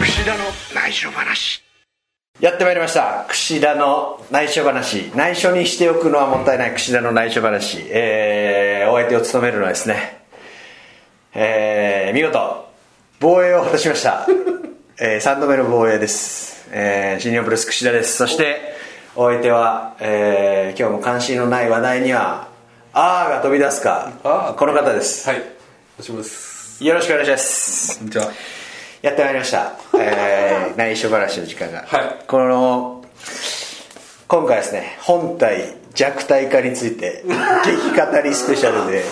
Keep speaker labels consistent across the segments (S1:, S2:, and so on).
S1: 串田の内緒話やってまいりました串田の内緒話内緒にしておくのはもったいない串田の内緒話えー、お相手を務めるのはですねえー、見事防衛を果たしました、 え3度目の防衛です、えー、新日本プロレス串田ですそしてお相手は、えー今日も関心のない話題には「あー」が飛び出す
S2: あ
S1: か
S2: ー
S1: この方です、
S2: はいおします
S1: よろしくお願いします
S2: こんにちは
S1: やってまいりま した、えー内緒話の時間が、
S2: はい
S1: この今回はですね本体弱体化について激語りスペシャル で、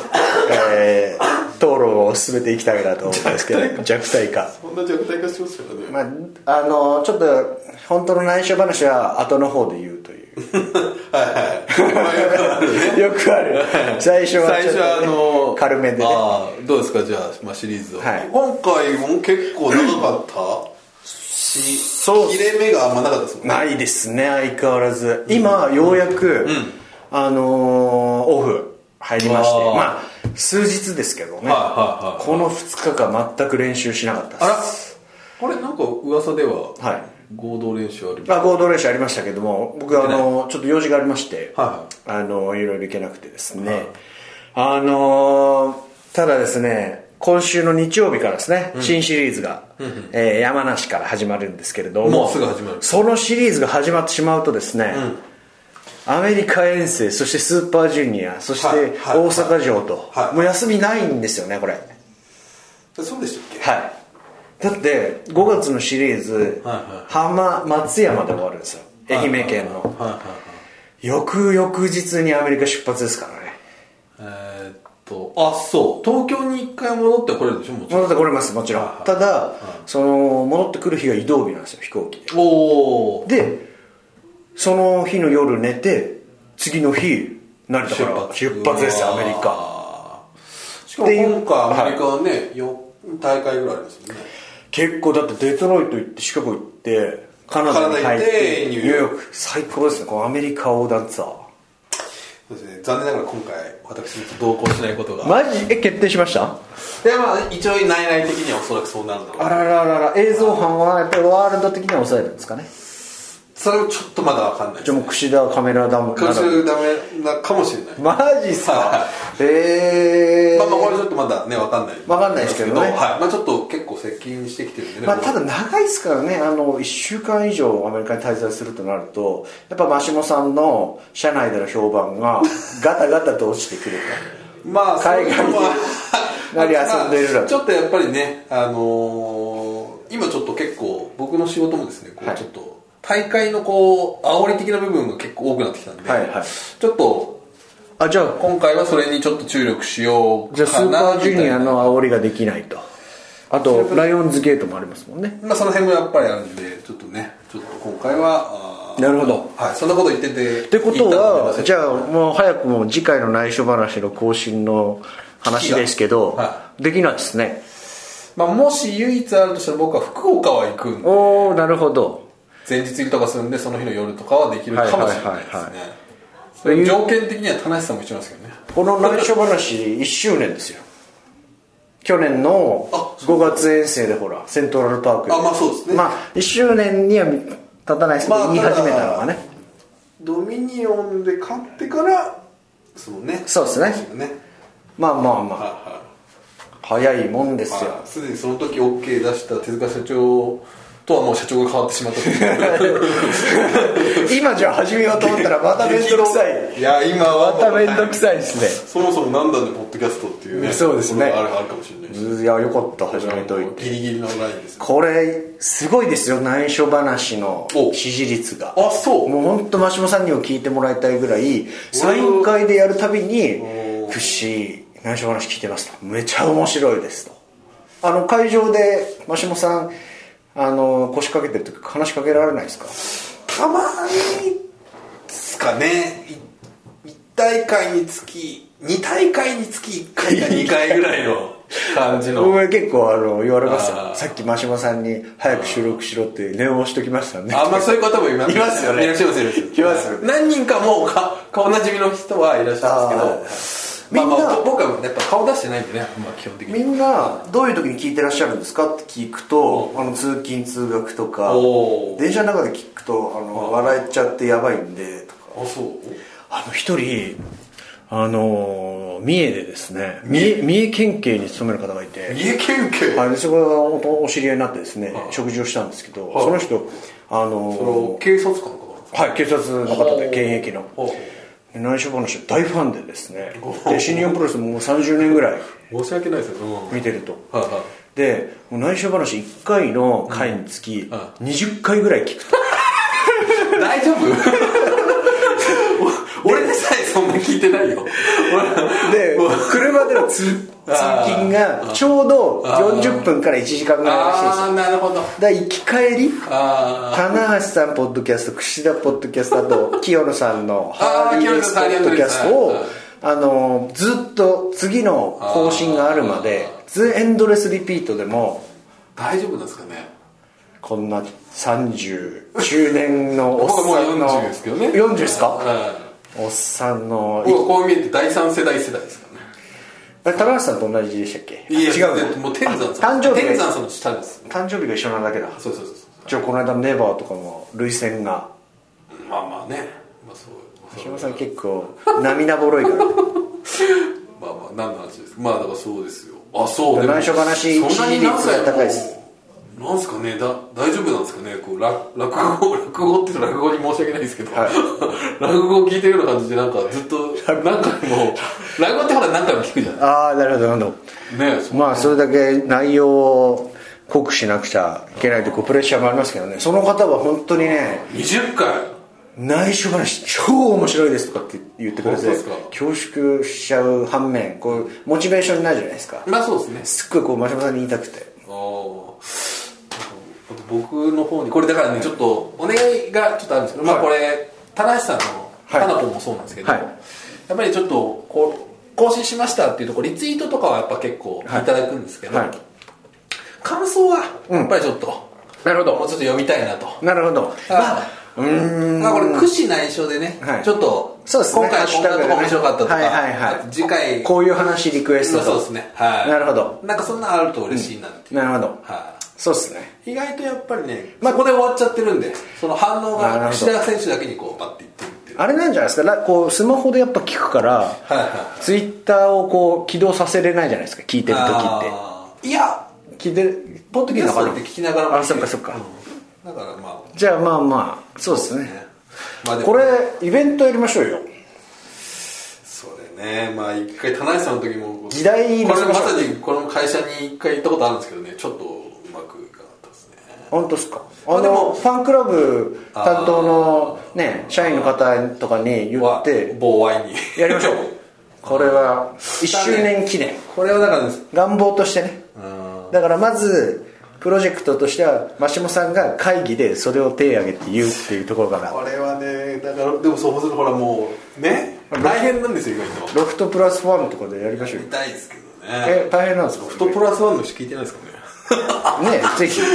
S1: えー討論を進めていきたいなと思うんですけど弱体化
S2: こんな弱体化してますからね、
S1: まあ、あのちょっと本当の内緒話は後の方で言うというよくあ る 最初は
S2: 最
S1: ちょっ
S2: 初
S1: とね
S2: はあの
S1: 軽めでね
S2: あーどうですかじゃあ、まあ、シリーズを、
S1: はい
S2: 今回も結構長かったし
S1: そうっす
S2: 切れ目があんまなかったですもんね
S1: ないですね相変わらず今ようやく、あのーオフ入りまして
S2: あー
S1: まあ数日ですけどね、
S2: はいはいはい
S1: この2日間全く練習しなかった
S2: あら
S1: です
S2: あれなんか噂では、
S1: はい
S2: 合同練習ある
S1: まあ、合同練習ありましたけども僕あのちょっと用事がありまして、
S2: は
S1: あのいろいろ行けなくてですね、あのーただですね今週の日曜日からですね、新シリーズが、えー山梨から始まるんですけれども
S2: もうすぐ始まる
S1: そのシリーズが始まってしまうとですね、アメリカ遠征そしてスーパージュニアそし
S2: はい
S1: て
S2: はい
S1: 大阪城と、
S2: はい
S1: もう休みないんですよねこれ
S2: そうでしたっけ
S1: はいだって5月のシリーズ、
S2: はいはい
S1: 浜松山で終わるんですよ愛媛県の、
S2: はいはいはい
S1: 翌々日にアメリカ出発ですからね
S2: えーっとあそう東京に一回戻ってこれるでしょもちろん
S1: 戻ってこれますもちろんただその戻ってくる日が移動日なんですよ飛行機
S2: おお
S1: ででその日の夜寝て次の日成田から出発ですよアメリカ
S2: カしかも今回アメリカはね、よ大会ぐらいですよね
S1: 結構だってデトロイト行ってシカゴ行ってカナダに入っ
S2: カナダ行ってて
S1: ニ
S2: ニ
S1: ュ
S2: ュ
S1: ー
S2: ー
S1: ヨ
S2: ヨ
S1: ーク最高ですねこのアメリカ横断ツアー
S2: そうですね残念ながら今回私も同行しないことが、
S1: マジえ決定しました
S2: でまあ一応内々的にはおそらくそうなるんだろう
S1: あらららら映像班はやっぱりワールド的には抑えるんですかね
S2: それもちょっとまだわかんない
S1: じゃあもう串田カメラダム
S2: 今週ダメなかもしれない
S1: マジっすか
S2: は
S1: へえ
S2: まあまあこれちょっとまだねわかんない
S1: わかんないですけどね
S2: はいまあちょっと結構接近してきてるんでね、
S1: まあ、ただ
S2: 僕
S1: 長いですからねあの1週間以上アメリカに滞在するとなるとやっぱ真下さんの社内での評判 がガタガタと落ちてくる
S2: まあ
S1: 海外で
S2: そういうのは
S1: 何遊んでるだろう
S2: ちょっとやっぱりねあのー今ちょっと結構僕の仕事もですねこ
S1: はいう
S2: ちょっと大会のこう煽り的な部分が結構多くなってきたんで、
S1: はいはい
S2: ちょっと
S1: とあじゃあ
S2: 今回はそれにちょっと注力しよう
S1: じゃあス
S2: か
S1: ー
S2: な
S1: パージュニア
S2: みたいな
S1: の煽りができないとあとライオンズゲートもありますもんね
S2: まあその辺もやっぱりあるんでちょっとねちょっと今回はあー
S1: なるほど
S2: はいそんなこと言っててっ
S1: ってことはじゃあもう早くも次回の内緒話の更新の話ですけど、
S2: は
S1: できないですね
S2: まあ、もし唯一あるとしたら僕は福岡は行くんで
S1: おおなるほど
S2: 前日入りとかするんでその日の夜とかはできるかもしれないですね、
S1: はいはいはいはい
S2: それ条件的には田無さんも一緒なんですけどね
S1: この内緒話1周年ですよ去年の
S2: あ
S1: 5月遠征でほらセントラルパーク
S2: あまあそうですね
S1: まあ1周年には立たないですけど、
S2: まあ
S1: 言い始めたのはね
S2: ドミニオンで買ってからそのね
S1: そうですね
S2: ね
S1: まあまあまあ
S2: は
S1: 早いもんです
S2: いはい
S1: よ
S2: まあすでにその時 OK 出した手塚社長とはもう社長が変わってしまったと いう
S1: 今じゃあ始めようと思ったらまた面倒くさい
S2: いや今
S1: ま
S2: は
S1: た面倒くさいです
S2: そもそもなんだねポッドキャストっていうね
S1: そうですね
S2: ところがあるあるかもしれないし
S1: ねいやよかった始めとい
S2: ギ
S1: て
S2: リギリのラインですね
S1: これすごいですよ内緒話の支持率が
S2: あそう
S1: もう本当マシモさんにも聞いてもらいたいぐらいサイン会でやるたびに「クッシー内緒話聞いてます」と「めちゃ面白いです」とあの会場でマシモさんあの腰掛けてる時話しかけられないですか
S2: たまにですかね1大会につき2大会につき1回か2回ぐらいの感じ
S1: 僕
S2: の
S1: は結構あの言われますよ
S2: あー
S1: さっきマシモさんに「早く収録しろ」って念を押しときましたね
S2: あんまそういう方もいます
S1: いますよね
S2: いらっしゃいますいらっしゃ
S1: いますよね
S2: 何人かもうかおなじみの人はいらっしゃるんですけど
S1: みんな
S2: まあまあ顔出してないんでね、まあ、基本的
S1: み
S2: に
S1: んなどういう時に聞いてらっしゃるんですかって聞くと、あの通勤通学とか
S2: おー
S1: 電車の中で聞くとあの笑えちゃってやばいんでとか
S2: あそう
S1: あの一人あのー三重でですね三重三重県警に勤める方がいて
S2: 三重県警、
S1: はい、でそこがおとお知り合いになってですね、
S2: はい
S1: 食事をしたんですけど、
S2: はい
S1: その人あのー
S2: その警察官とかなんですか
S1: はい警察の方で現役の
S2: おう
S1: で内緒話は大ファンでですねで新日本プロレスももう30年ぐらい
S2: 申し訳ないですよ、うん、はい
S1: 見てると
S2: は
S1: でもう内緒話1回の回につき
S2: うん
S1: 20回ぐらい聞 くと
S2: い大丈夫 お俺でさえそんな聞いてないよ
S1: で
S2: 俺
S1: 車での通通勤がちょうど40分から1時間ぐらいらしいんです
S2: あ
S1: よ
S2: あなるほど
S1: だから行き帰り
S2: あー
S1: 棚橋さんポッドキャスト櫛田ポッドキャストあ と清野さんの
S2: あー
S1: ハーリーレスポッドキャストを
S2: 清野さんありがとうございます
S1: あのずっと次の更新があるまでずエンドレスリピートでも
S2: 大丈夫なんですかね
S1: こんな39年のおっ
S2: 僕はも
S1: さ
S2: う
S1: んの
S2: 40ですけどね
S1: 40ですか
S2: は
S1: おっさんの
S2: い僕はこう見えて第三世代世代ですからね
S1: あれ高橋さんと同じでしたっけ
S2: いや
S1: 違う
S2: もう天山
S1: あ
S2: さん
S1: 誕生日
S2: 天山
S1: が
S2: さんの下です
S1: 誕生日が一緒なだけだ
S2: そうそうそうそ
S1: じゃあこの間のネバーとかも涙腺が
S2: うまあまあねまあそう
S1: 清野さん結構涙ぼろいから
S2: まあまあ何の話ですかまあだからそうですよあそうでも
S1: 内緒話
S2: そんなに何歳
S1: 一位率が高いです
S2: なんすかねだ大丈夫なんですかねこうら落語 落語って言うと落語に申し訳ないですけど、
S1: は
S2: 落語を聞いてるような感じでなんかずっと何回も落語ってほら何回も聞くじゃな
S1: ああなるほどなるほど
S2: いねえそ
S1: まあそれだけ内容を濃くしなくちゃいけないというこうプレッシャーもありますけどねその方は本当にね
S2: 20回
S1: 内緒話超面白いですとかって言ってくれ
S2: あそう
S1: て
S2: ですか
S1: 恐縮しちゃう反面こうモチベーションになるじゃないですか
S2: まあそうですね
S1: すっごいこう真島さんに言いたくて
S2: あーなんか僕の方にこれだからねちょっとお願いがちょっとあるんですけど、まあこれ田無さんの
S1: はい
S2: タナポンもそうなんですけど、
S1: はい
S2: やっぱりちょっとこう更新しましたっていうところリツイートとかはやっぱ結構いただくんですけど、
S1: はい
S2: 感想はやっぱりちょっと、
S1: なるほど
S2: もうちょっと読みたいなと
S1: なるほどまあうーん
S2: まあこれ屈指内緒でね、
S1: はい
S2: ちょっと
S1: そうですね
S2: 今回こんなとこ面白かったとか、
S1: はいはいはい
S2: あと次回
S1: こういう話リクエスト
S2: そう
S1: と
S2: そうですねはい
S1: なるほど
S2: なんかそんなのあると嬉しいなっていう、
S1: なるほど
S2: はい
S1: そうっすね
S2: 意外とやっぱりね、
S1: まあ
S2: まあ、ここで終わっちゃってるんでその反応
S1: なるほ
S2: が
S1: ど
S2: 岸田選手だけにこうパッていってるっていう
S1: あれなんじゃないですかラこうスマホでやっぱ聞くから
S2: はいは
S1: ツイッターをこう起動させれないじゃないですか聞いてる時って
S2: あーいや
S1: 聞いてるポッドキ
S2: 時
S1: ャ
S2: 々
S1: スト
S2: って聞きながらも
S1: あそっかそっか、
S2: うんだからま
S1: じゃあまあまあそうですね
S2: あねまあでも
S1: これイベントやりましょうよ
S2: それねまあ一回田中さんの時も
S1: 議題に
S2: こ
S1: しまし
S2: れ
S1: ょう
S2: まさにこの会社に一回行ったことあるんですけどねちょっとうまくいかなかったですね
S1: 本当ですかあ
S2: まあ
S1: の
S2: でも
S1: ファンクラブ担当のね社員の方とかに言
S2: は
S1: って
S2: 某ワインに
S1: やりましょう これは1周年記念
S2: これはだからね
S1: 願望としてね
S2: うん
S1: だからまずプロジェクトとしては真下さんが会議でそれを手挙げて言うっていうところから
S2: これはねだからでもそうするとほらもうね大変なんですよ意外と
S1: ロフトプラスワンとかでやりましょうよ
S2: 痛いですけどね
S1: え大変なんですか
S2: フットプラスワンの人聞いてないで すかね
S1: ねぜひ
S2: ね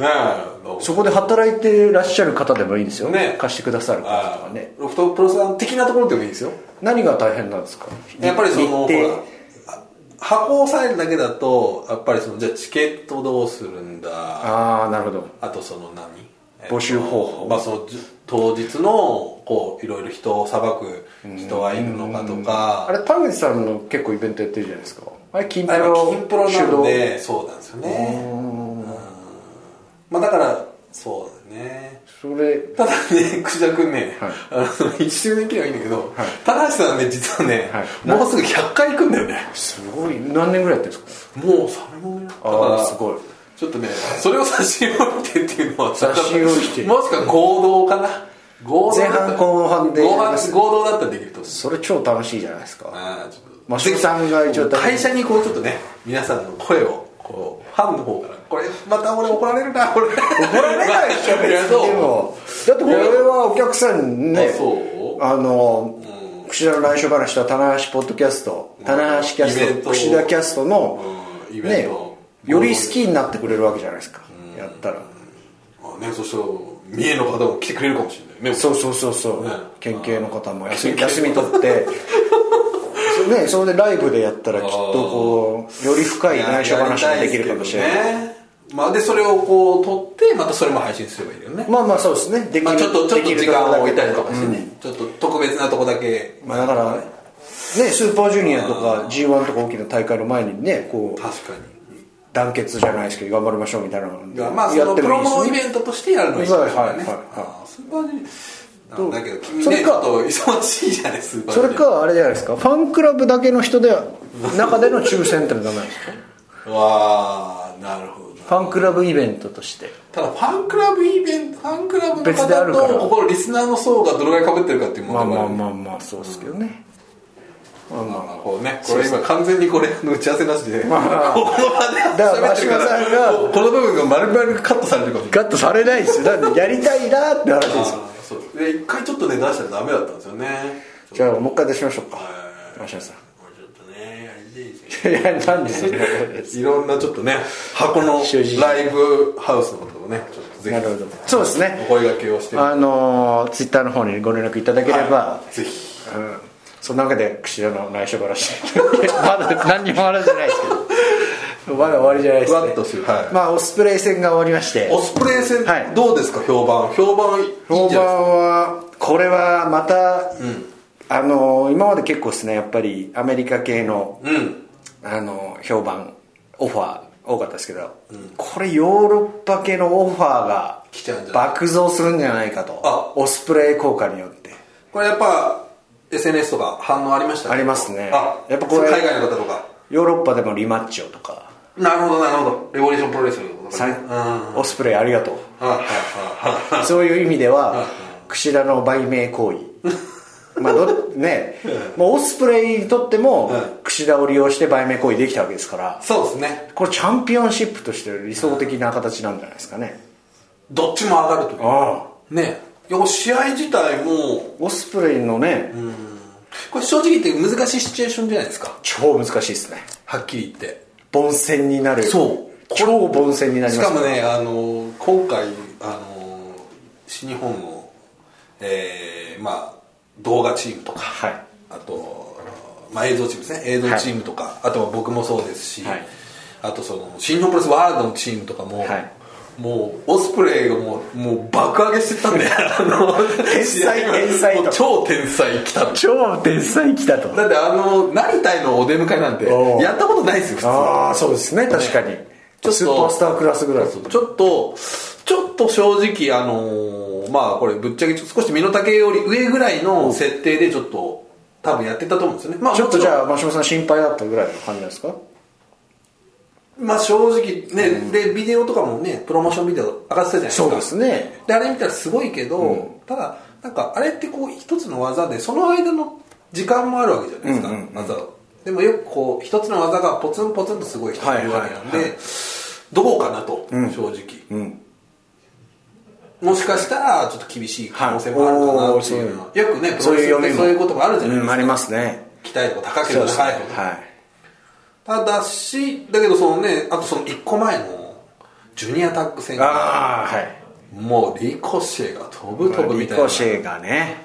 S2: え
S1: そこで働いてらっしゃる方でもいいですよね
S2: ね
S1: 貸してくださる方と
S2: あ
S1: かね
S2: ロフトプラスワン的なところでもいいですよ
S1: 何が大変なんですか
S2: やっぱりそのほ
S1: 日
S2: ら
S1: 程
S2: あ箱を押さえるだけだとやっぱりそのじゃあチケットどうするんだあ
S1: ああなるほど
S2: とその何えっと
S1: 募集方法
S2: まあ、そのじゅ当日のこういろいろ人を裁く人はいるのかとか
S1: あれ田口さんの結構イベントやってるじゃないですかあれ金プ
S2: あ
S1: ロ
S2: の金プロなのでそうなんですよねうんまあだからそうだね
S1: 主導それ
S2: ただね、櫛田君ね、
S1: はい
S2: あの1周年記念はいいんだけど、高橋さんね、実はね、
S1: はい
S2: もうすぐ100回行くんだよね。
S1: すごい何年ぐらいやってるんですか
S2: もうそれもね、だ
S1: ああすごい
S2: ちょっとね、それを差し置いてっていうのは、
S1: 差し置いて
S2: もしくは合同かな。合同だったら
S1: 前半後半で
S2: 合同合同だったらできると思う。
S1: それ超楽しいじゃないですか
S2: ああちょっと
S1: まあ鈴木さんが一応
S2: 会社にこうちょっとね皆さんの声をこうファンの方からこれまた俺怒られるな俺怒ら
S1: れないでしょ 別に
S2: そう
S1: でもだってこれはお客さんにね
S2: あそう
S1: あの櫛田の内緒話と棚橋ポッドキャスト棚橋キャ
S2: イベ
S1: ス
S2: ン
S1: ト
S2: ト
S1: 櫛田キャストの
S2: うんイベン
S1: ね
S2: ト
S1: より好きになってくれるわけじゃないですかやったら
S2: あね、そしたら三重の方も来てくれるかもしれないね
S1: そうそうそうそう
S2: ね
S1: 県警の方も休
S2: あ
S1: み
S2: ー
S1: 休み取ってそれねそれでライブでやったらきっとこうより深い内緒話ができるかもしれない
S2: やりたですけどねまあでそれをこう撮ってまたそれも配信すればいいよね
S1: まあまあそうですねで
S2: まあちょっとちょっと
S1: できる
S2: 時間を置いたりと
S1: こ
S2: か
S1: ろだ
S2: し
S1: け
S2: て
S1: うん
S2: ねちょっと特別なとこだけ
S1: まあ、だから、ね、スーパージュニアとか g 1とか大きな大会の前にねこう
S2: 確か
S1: 団結じゃないですけど頑張りましょうみたいなの
S2: にまあそのプロモイベントとしてやるのいいかもしれないね
S1: はいはいはい
S2: ああスーパージュニアなんだけど君
S1: そ
S2: ね
S1: れ
S2: ちょ
S1: か
S2: っと忙しいじゃないスーパージ
S1: それ
S2: ュニア
S1: かあれじゃないですかファンクラブだけの人で中での抽選ってのはダメなんですか
S2: わあなるほど
S1: ファンクラブイベントとして
S2: ただファンクラブイベントファンクラブの
S1: 別であるか
S2: 方
S1: ら
S2: とここのリスナーの層がどのぐらい被ってるかっていう問
S1: まあ
S2: 題も
S1: ま
S2: あ
S1: あ
S2: る
S1: まあまあそうですけどね、まあまあ
S2: なるほどねこれ今完全にこれの打ち合わせなしで、ここの場で
S1: だから
S2: 喋ってる
S1: 真島
S2: か
S1: さん
S2: ら
S1: が
S2: ここの部分が丸々カットされてるかもしれない
S1: ガッとされないですよだってやりたいなーって話ですよ
S2: あーそうで一回ちょっとね出したらダメだったんですよね
S1: じゃあもう一回出しましょうか
S2: はい
S1: マシャさん
S2: これちょっとねやりたいです
S1: い
S2: よね
S1: やなんでそんなことです
S2: いろんなちょっとね箱の
S1: 所持品
S2: ライブハウスのことをねちょっとぜ
S1: なるほどそうです
S2: ひお
S1: ね
S2: 声掛けをして
S1: あのツイッター Twitter の方にご連絡いただければ、
S2: はいぜひ
S1: うん、そんなわけで櫛田の内緒話 まだ何にも話してないですけ どまだ終わりじゃないで
S2: ふ
S1: す
S2: わ
S1: ね
S2: っとするはい
S1: まあオスプレイ戦が終わりまして
S2: オスプレイ戦、
S1: はい
S2: どうですか評判評判いいんじゃない
S1: 評
S2: で
S1: 判
S2: すか
S1: はこれはまた、あの今まで結構ですねやっぱりアメリカ系の、
S2: うん
S1: あの評判オファー多かったですけど、これヨーロッパ系のオファーが
S2: 来ちゃうんじゃない
S1: 爆増するんじゃないかと
S2: あ
S1: オスプレイ効果によって
S2: これやっぱ SNS とか反応ありました
S1: ありますね
S2: あ
S1: や
S2: や
S1: っ
S2: っ
S1: ぱ
S2: ぱ
S1: こ
S2: こ
S1: れ
S2: れ海外の方とか
S1: ヨーロッパでもリマッチョとか、
S2: なるほどなるほどレボリューションプロレスのことか
S1: さ
S2: ねうんはい
S1: オスプレイありがとう
S2: はいはいはい
S1: そういう意味では櫛田の売名行 為まあどねもうオスプレイにとっても
S2: うん
S1: 櫛田を利用して売名行為できたわけですから
S2: そうですね
S1: これチャンピオンシップとして理想的な形なんじゃないですかね
S2: どっちも上がるという
S1: ああ
S2: ねいや試合自体も
S1: オスプレイのね
S2: これ正直言って難しいシチュエーションじゃないですか
S1: 超難しいですね
S2: はっきり言って
S1: 凡戦になる
S2: そう
S1: 超凡戦になり
S2: し
S1: ます
S2: かもねあの今回あの新日本のえーまあ動画チームとか、
S1: はい
S2: あと、まあ、映像チームですね映像チームとか、あとは僕もそうですし、
S1: はい
S2: あとその新日本プロレスワールドのチームとかも、
S1: はい
S2: もうオスプレイがもうもう爆上げしてた んであの
S1: 天才
S2: 試合が
S1: 天才と
S2: もう超天才来た
S1: 超天才来たと
S2: だってあの成田へのお出迎えなんて
S1: おー
S2: やったことないですよ普通
S1: ああそうですね確かに
S2: ちょっと
S1: スーパースタークラスぐらい
S2: ちょっと、ちょっと正直、あのーまあこれぶっちゃけ少し身の丈より上ぐらいの設定でちょっと、多分やってたと思うんですよね。まあ
S1: ちょっと
S2: も
S1: じ
S2: ろん
S1: ゃあ真島さん心配だったぐらいの感じなんですか
S2: まあ正直ね、で、ビデオとかもね、プロモーションビデオ上がってたじゃないですか。
S1: そうですね
S2: で、あれ見たらすごいけど、ただ、なんかあれってこう一つの技で、その間の時間もあるわけじゃないですか、
S1: うんうんうん
S2: 技を。でもよくこう、一つの技がポツンポツンとすごい人がいるわけなん
S1: は
S2: で、
S1: いはいは
S2: どうかなと、正直。
S1: うん
S2: もしかしたらちょっと厳しい可能性もあるかなっていうのは、
S1: はい
S2: よくねプロレスってそういうこともあるじゃないです
S1: うん
S2: か、
S1: ありますね
S2: 期待度が高ければ高いほど、
S1: はい
S2: ただしだけどそのねあとその1個前のジュニアタッグ戦が
S1: ああはい
S2: もうリコシェが飛ぶ飛ぶみ
S1: リ
S2: たいな
S1: コシェがね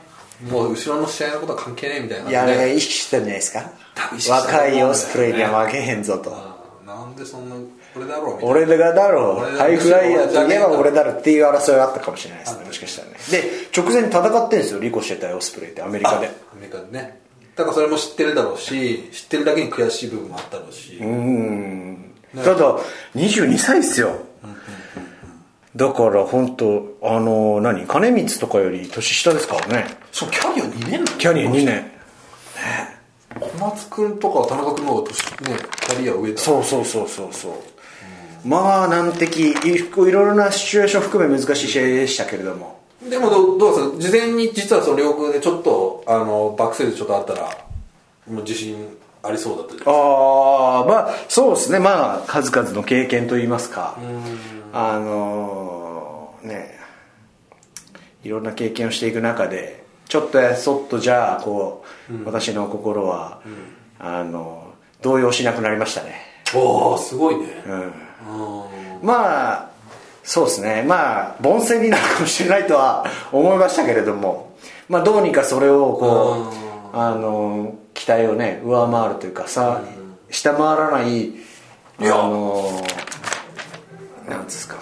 S2: もう後ろの試合のことは関係ないみたい
S1: いやあ
S2: なね
S1: れ意識してるんじゃないですか
S2: 多分意識してると思
S1: 若
S2: うんだよね
S1: いオスプレイには負けへんぞと
S2: あーなんでそんなこれだろうみたいな
S1: 俺がだろ
S2: 俺
S1: う
S2: だ
S1: ハイフライヤーといえば
S2: 俺
S1: 俺だろっていう争いがあったかもしれないですねもしかしたらねで直前に戦ってるんですよリコシェ対オスプレイってアメリカで
S2: アメリカでねだからそれも知ってるだろうし知ってるだけに悔しい部分もあったろうし、
S1: ただ22歳っすよだから本当あの何金光とかより年下ですからね
S2: そうキャリア2年なの
S1: キャリア2年
S2: 小松君とか田中君の方が年ねキャリア上だ
S1: そうそうそうそうそう、まあ難敵いいろいろなシチュエーション含め難しい試合でしたけれども
S2: でもどどうなんですか事前に実はその両国でちょっとあのバックステージちょっとあったらもう自信ありそうだったり
S1: ああまあそうですねまあ数々の経験といいますかあのーねいろんな経験をしていく中でちょっとやそっとじゃあこう、私の心は、あの動揺しなくなりましたね
S2: おおすごいね
S1: うん
S2: うん
S1: まあそうですねまあ凡戦になるかもしれないとは思いましたけれどもまあどうにかそれをこあの期待をね上回るというかさ、下回らないあ
S2: や
S1: のなんですか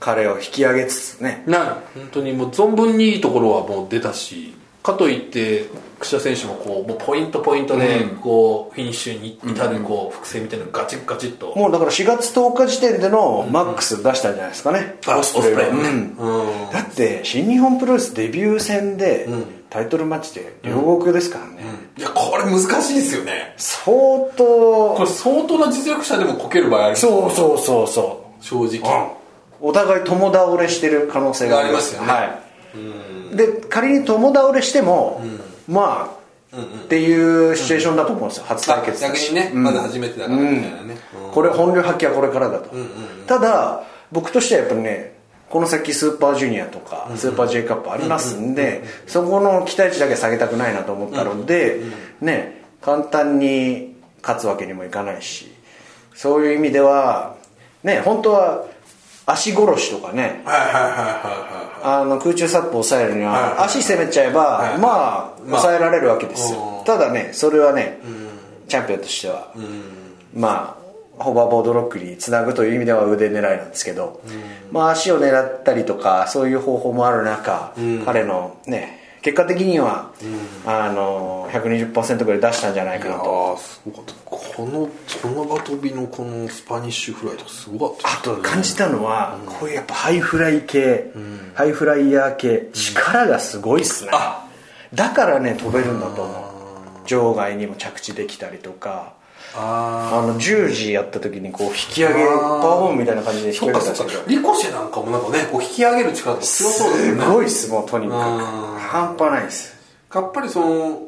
S1: 彼を引き上げつつね
S3: な本当にもう存分にいいところはもう出たしかといって櫛田選手もこうもうポイントポイントでこうフィニッシュに至るこう伏線みたいなのガチッガチッと
S1: もうだから4月10日時点でのマックス出したんじゃないですかね、
S2: あオスプレイ
S1: は
S2: のね
S1: うん
S3: うん
S1: だって新日本プロレスデビュー戦でタイトルマッチで両国ですからね、
S2: いやこれ難しいですよね
S1: 相
S3: こ
S1: 当
S3: れ相当な実力者でもこける場合ある
S1: そうそうそうそ
S3: 正直
S1: うお互い共倒れしてる可能性があります
S2: ありますよね
S1: はい、で仮に共倒れしても、まあ、っていうシチュエーションだと思うんですよ、初対
S2: あ
S1: 決だ
S2: 逆
S1: し
S2: にね、
S1: うん
S2: まだ初めてだからみたいなね、
S1: これ本領発揮はこれからだと、ただ僕としてはやっぱりねこの先スーパージュニアとかスーパー J カップありますんでそこの期待値だけ下げたくないなと思ったので、ね簡単に勝つわけにもいかないしそういう意味ではね本当は足殺しとかね、
S2: はいはいはいはいは
S1: あの空中サップを抑えるに
S2: はいはいは
S1: はい足攻めちゃえ
S2: はい
S1: ばまあ
S2: まあ
S1: 抑えられるわけです
S2: う
S1: よ
S2: ん
S1: ただねそれはねチャンピオンとしてはまあホバーボードロックにつなぐという意味では腕狙いなんですけどまあ足を狙ったりとかそういう方法もある中彼のね結果的にはあの120%ぐらい出したんじゃないかないと
S2: ああすごかったこのその場飛びのこのスパニッシュフライとかすごかった
S1: あと感じたのはこういうやっぱハイフライ系ハイフライヤー系力がすごいっすね
S2: あ
S1: だからね飛べるんだと思う場外にも着地できたりとか
S2: あ
S1: あの十字やった時にこう引き上げパワーボムみたいな感じで引き
S2: そ
S1: 上
S2: う
S1: げ
S2: か
S1: た
S2: そう
S1: りとか
S2: かリコシェなんかもなんかねこう引き上げる力って強そうです
S1: す
S2: よね
S1: ごいっすもうとにかく
S2: うん
S1: 半端ないです
S2: やっぱりその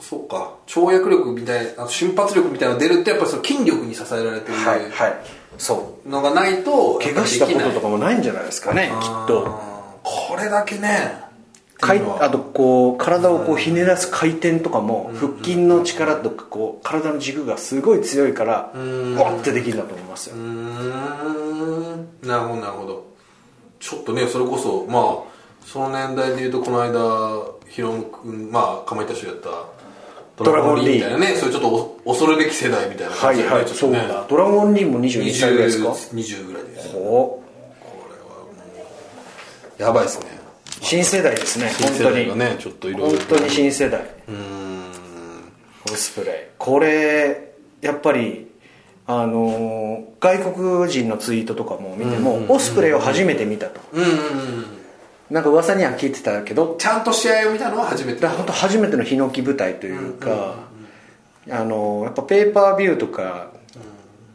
S2: そうか跳躍力みたいなあの瞬発力みたいなのが出るってやっぱりその筋力に支えられて
S1: はい
S2: る
S1: はいそう
S2: のがないと
S1: 怪我したこ
S2: やっぱ
S1: と
S2: りで
S1: と
S2: き
S1: かもないんじゃないですかね
S2: ない
S1: きっと
S2: あーこれだけね
S1: かい
S2: っていうのは
S1: あとこう体をこうひねらす回転とかも腹筋の力とかこう体の軸がすごい強いからワッてできるんだと思いますよ
S2: うーんなるほどなるほどちょっとねそれこそまあその年代でいうとこの間ヒロム君まあかまいたちがやった
S1: ドラゴンリー
S2: みたいなねそれちょっとお恐るべき世代みたいな
S1: は
S2: 感じ
S1: い
S2: で、ね
S1: はい
S2: ちょっ
S1: そ
S2: と
S1: う
S2: ね
S1: だドラゴンリンも22歳ぐらいですか
S2: 20, 20ぐらいです
S1: お
S2: やばいですね
S1: 新世代ですね
S2: 新世代がねちょっといろいろ
S1: 本当に新世代
S2: うーん
S1: コスプレイこれやっぱりあのー外国人のツイートとかも見ても、オスプレイを初めて見たと、
S2: うんうんうん
S1: なんか噂には聞いてたけど
S2: ちゃんと試合を見たのは初めて
S1: だから本当初めてのヒノキ舞台というか、あのーやっぱペーパービューとか、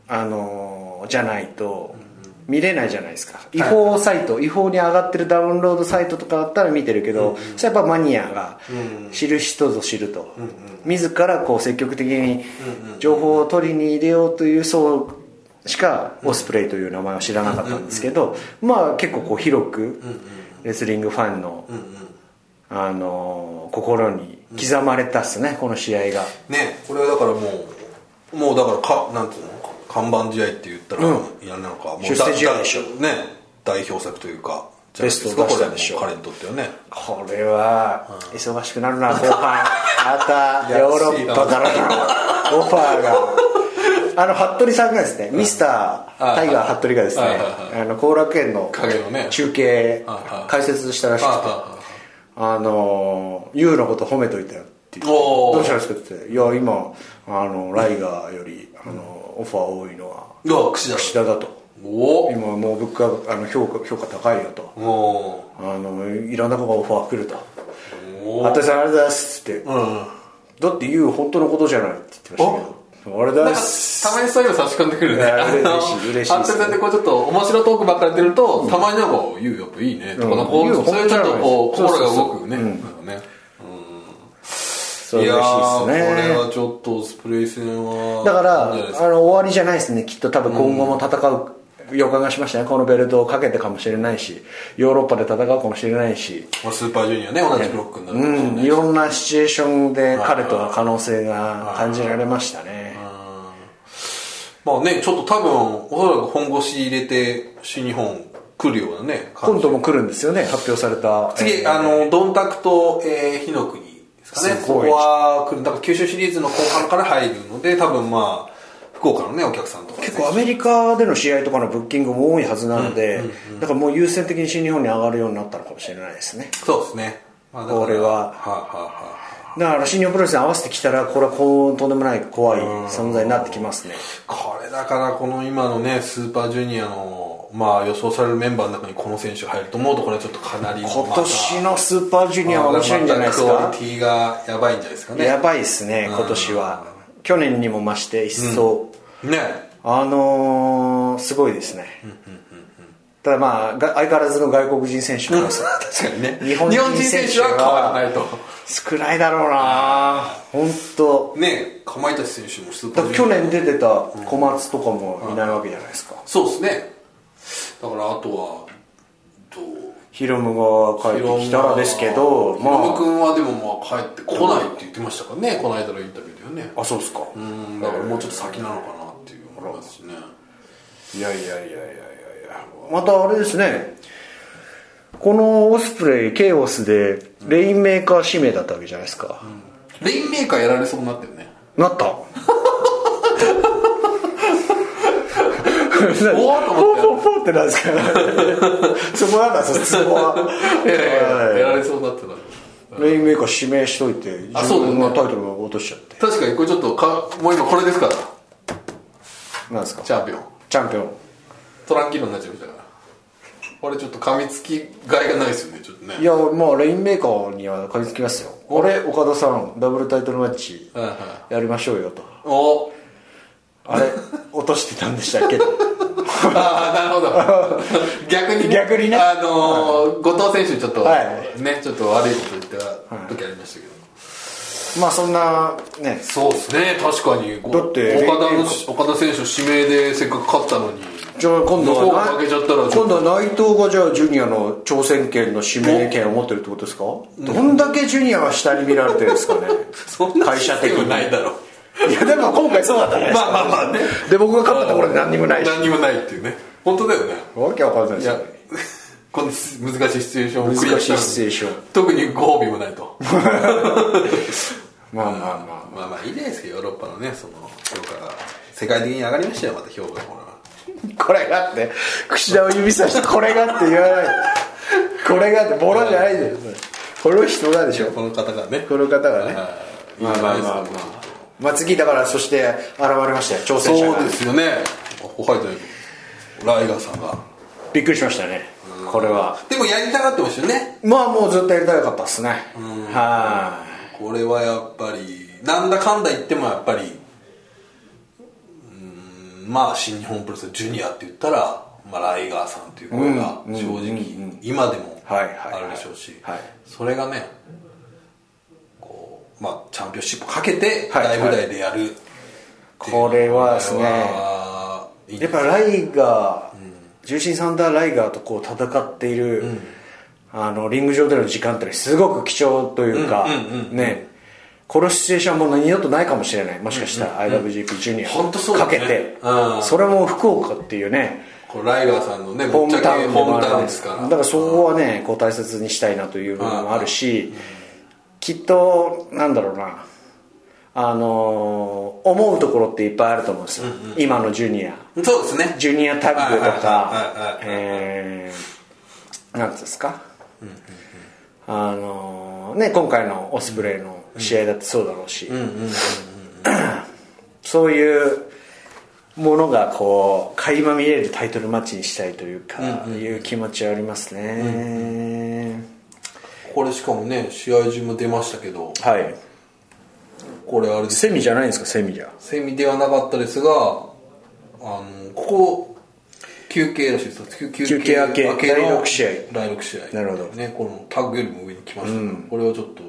S1: あのーじゃないと見れないじゃないですか違法サイト、違法に上がってるダウンロードサイトとかだったら見てるけど、それやっぱマニアが知る人ぞ知ると、自らこう積極的に情報を取りに入れようという層しかオスプレイという名前は知らなかったんですけど、まあ結構こう広くレスリングファンの、あのー心に刻まれたっすね、この試合が
S2: ねこれはだからもうもうだからかなんていうの看板試合って言ったら、
S1: う
S2: いやなんかもう
S1: 出世試合でしょ
S2: だだね代表作というか
S1: ベストを出したでしょ
S2: これはもう彼にとってはね
S1: これは忙しくなるな後半またヨーロッパからのオファーがあの服部さんがですねミスタータイガー服部がですね
S2: はいはいは
S1: あの後楽園の
S2: 影のね
S1: 中継
S2: はいはい
S1: 解説したらしくて
S2: はいは
S1: 「あの YOU のこと褒めといたよ」っていう「
S2: おー
S1: どうしたんですか?」って言って「いや今あのライガーよりあのオファー多いのは
S2: うわ櫛田
S1: 岸田だ」と「
S2: お
S1: 今もう物価あの評価評価高いよ」と
S2: おお
S1: 「あのいろんな子がオファー来る」と
S2: ー
S1: 「
S2: おー
S1: 服部さんありがとうございます」って言って
S2: うん
S1: だって言う本当のことじゃないって言ってましたけどあれ
S2: な
S1: だ
S2: んか
S1: す
S2: たまにそういうの差し込んでくるね
S1: いや嬉しい
S2: あの
S1: 嬉しいです
S2: あんただってこうちょっと面白いトークばっかり出ると、たまになんか「ゆうやっぱいいね」とかなんかこう、
S1: うんゆう
S2: そういうちょっとこう
S1: 本当
S2: 心
S1: じゃ
S2: が
S1: ない
S2: 動くね、
S1: そうそうそううん
S2: なんかね
S1: そう
S2: いや
S1: 嬉し
S2: ーこ
S1: いです
S2: れは
S1: ね
S2: ちょっとスプレイ戦は
S1: だか
S2: いいんじゃないです
S1: らあの終わりじゃないですねきっと多分今後も戦う予感がしましたねこのベルトをかけてかもしれないしヨーロッパで戦うかもしれないし
S2: まあ、スーパージュニアね同じブロックになるか
S1: う
S2: もしれ
S1: ん
S2: ない
S1: いろんなシチュエーションで彼との可能性が感じられましたね
S2: まあねちょっと多分おそらく本腰入れて新日本来るようなね感
S1: 今
S2: じ
S1: 度も来るんですよね発表された
S2: 次、あのドンタクと、えー、ヒノクにですかね
S1: す
S2: そ
S1: ごい
S2: こは来るだから九州シリーズの後半から入るので多分まあ福岡のねお客さんとか、ね、
S1: 結構アメリカでの試合とかのブッキングも多いはずなので、だからもう優先的に新日本に上がるようになったのかもしれないですね
S2: そうですね、まあ、だから
S1: これは
S2: はあ、はあはあ、
S1: だから新日本プロレスに合わせてきたらこれはこうとんでもない怖い存在になってきますね
S2: これだからこの今のねスーパージュニアのまあ予想されるメンバーの中にこの選手入ると思うとこれはちょっとかなり
S1: 今年のスーパージュニアは
S2: ま
S1: 面
S2: た
S1: 白いんじゃないですか、
S2: またクオリティがやばいんじゃないですかね
S1: やばいですね今年は去年にも増して一層、
S2: ね
S1: あのー、すごいですねただまあが相変わらずの外国人選手からさ
S2: 確かにね
S1: 日本
S2: 日
S1: 人
S2: 本人選手は変わらないと
S1: 少ないだろうな本当。
S2: ねかまいたち選手もスーパ
S1: だ
S2: ー
S1: から
S2: ジ
S1: 去
S2: ュニア
S1: 年出てた小松とかもいないわけじゃないですか
S2: そうですねだからあとはどう
S1: ヒロムが帰ってきたらですけど
S2: まあ、ヒロム
S1: ま
S2: 君はでもまあ帰ってこないって言ってましたからねこの間のインタビューではね
S1: ああそうですか
S2: うんだからもうちょっと先なのかなっていう思いますしね
S1: いやいやいやいやいやいやまたあれですねこのオスプレイケイオスでレインメーカー指名だったわけじゃないですか、
S2: レインメーカーやられそうになってるね
S1: なった ポン
S2: おおと思って
S1: ポンポンってなんですかそこなんだそのツボは
S2: いやいやいややら
S1: は
S2: れそうになってない
S1: いレインメーカー指名しといて
S2: あそ
S1: 自
S2: うだよ
S1: 分
S2: ね
S1: のタイトルを落としちゃって
S2: 確かにこれちょっとかもう今これですから
S1: なんですか
S2: チャンピオン
S1: チャンピオン
S2: トランキーロになっちゃいましたからこれちょっと噛みつきがいがないですよねちょっとね
S1: いやまあレインメーカーには噛みつきますよ俺岡田さんダブルタイトルマッチ
S2: はいは
S1: やりましょうよと
S2: いお
S1: あれ 落としてたんでしたっ け
S2: ああなるほど 逆に
S1: 逆にね
S2: あのー後藤選手にちょっと、
S1: はい
S2: ねちょっと悪いこと言った時ありましたけど、
S1: まあそんなね
S2: そうですね確かにだ
S1: だって
S2: 岡田の岡田選手指名でせっかく勝ったのに
S1: じゃあ今度
S2: 向こう
S1: は
S2: が負けちゃったらちょっと
S1: 今度は内藤がじゃあジュニアの挑戦権の指名権を持ってるってことですかどんだけジュニアは下に見られてるんですかね
S2: そんな
S1: 会社的
S2: システ
S1: に
S2: ムないだろう
S1: いやでも今回そうだったね
S2: まあまあまあね
S1: で僕が勝ったところで何にもないし
S2: 何にもないっていうね本当だよね
S1: わけわかんないで
S2: い
S1: すよ
S2: や
S1: ね
S2: この難しいシチュエーションを
S1: 難しいシチュエ
S2: し
S1: ーション
S2: 特にご褒美もないと
S1: まあまあまあ
S2: まあまあいいじゃないですかヨーロッパのねその評価が世界的に上がりましたよまた評価がほら
S1: これがって櫛田を指さしてこれがって言わないこれがってボロじゃないでこの人がでしょ
S2: この方がね
S1: この方がね
S2: はい
S1: まあまあまあまあ
S2: いいじゃないですか
S1: まあ次だからそして現れましたよ挑戦者
S2: そう
S1: が
S2: ですよねおはようライガーさんが
S1: びっくりしましたねこれは
S2: でもやりたがってましたよね
S1: まあもうずっとやりたかったですねはい
S2: これはやっぱりなんだかんだ言ってもやっぱりうーんまあ新日本プロレスジュニアって言ったら、まあ、ライガーさんという声が
S1: うんうん
S2: 正
S1: うんう
S2: 直
S1: ん
S2: 今でも
S1: はいはいはい
S2: あるでしょうし
S1: はい
S2: それがねこう、まあ、チャンピオンシップかけて
S1: はい
S2: 大舞台でやるっていう
S1: これはですね
S2: これはいい
S1: やっぱライガー、重心サンダーライガーとこう戦っている、あのリング上での時間ってすごく貴重というか、ねこのシチュエーションはもう二度とないかもしれないもしかしたら IWGP ジュニア
S2: 本当そうだ
S1: か
S2: ね
S1: けて
S2: うん
S1: それも福岡っていうね
S2: こうライガーさんのね
S1: ホ
S2: ぶ
S1: ー
S2: っちゃ
S1: ムタウ
S2: け
S1: ンで
S2: ホー
S1: もあ
S2: ム
S1: る
S2: タ
S1: わ
S2: ウ
S1: けで
S2: ンですす
S1: か
S2: から
S1: だ
S2: ら
S1: からそこはねこう大切にしたいなという部分もあるしきっとなんだろうなあのー思うところっていっぱいあると思うんですよ今のジュニア
S2: そうですね
S1: ジュニアタッグとか、
S2: はいはいはいはい
S1: えー、なんていうんですか、あのーね、今回のオスプレイの試合だってそうだろうし、 そういうものがこう垣間見えるタイトルマッチにしたいというか、いう気持ちはありますね、
S2: これしかもね試合中も出ましたけど
S1: はい
S2: これあれです
S1: セミじゃないんですかセミじゃ
S2: セミではなかったですがあのここ休憩らしいです休
S1: 休憩明け第六試合
S2: 第6試合
S1: なるほど
S2: ね、このタッグよりも上に来ました、これはちょっと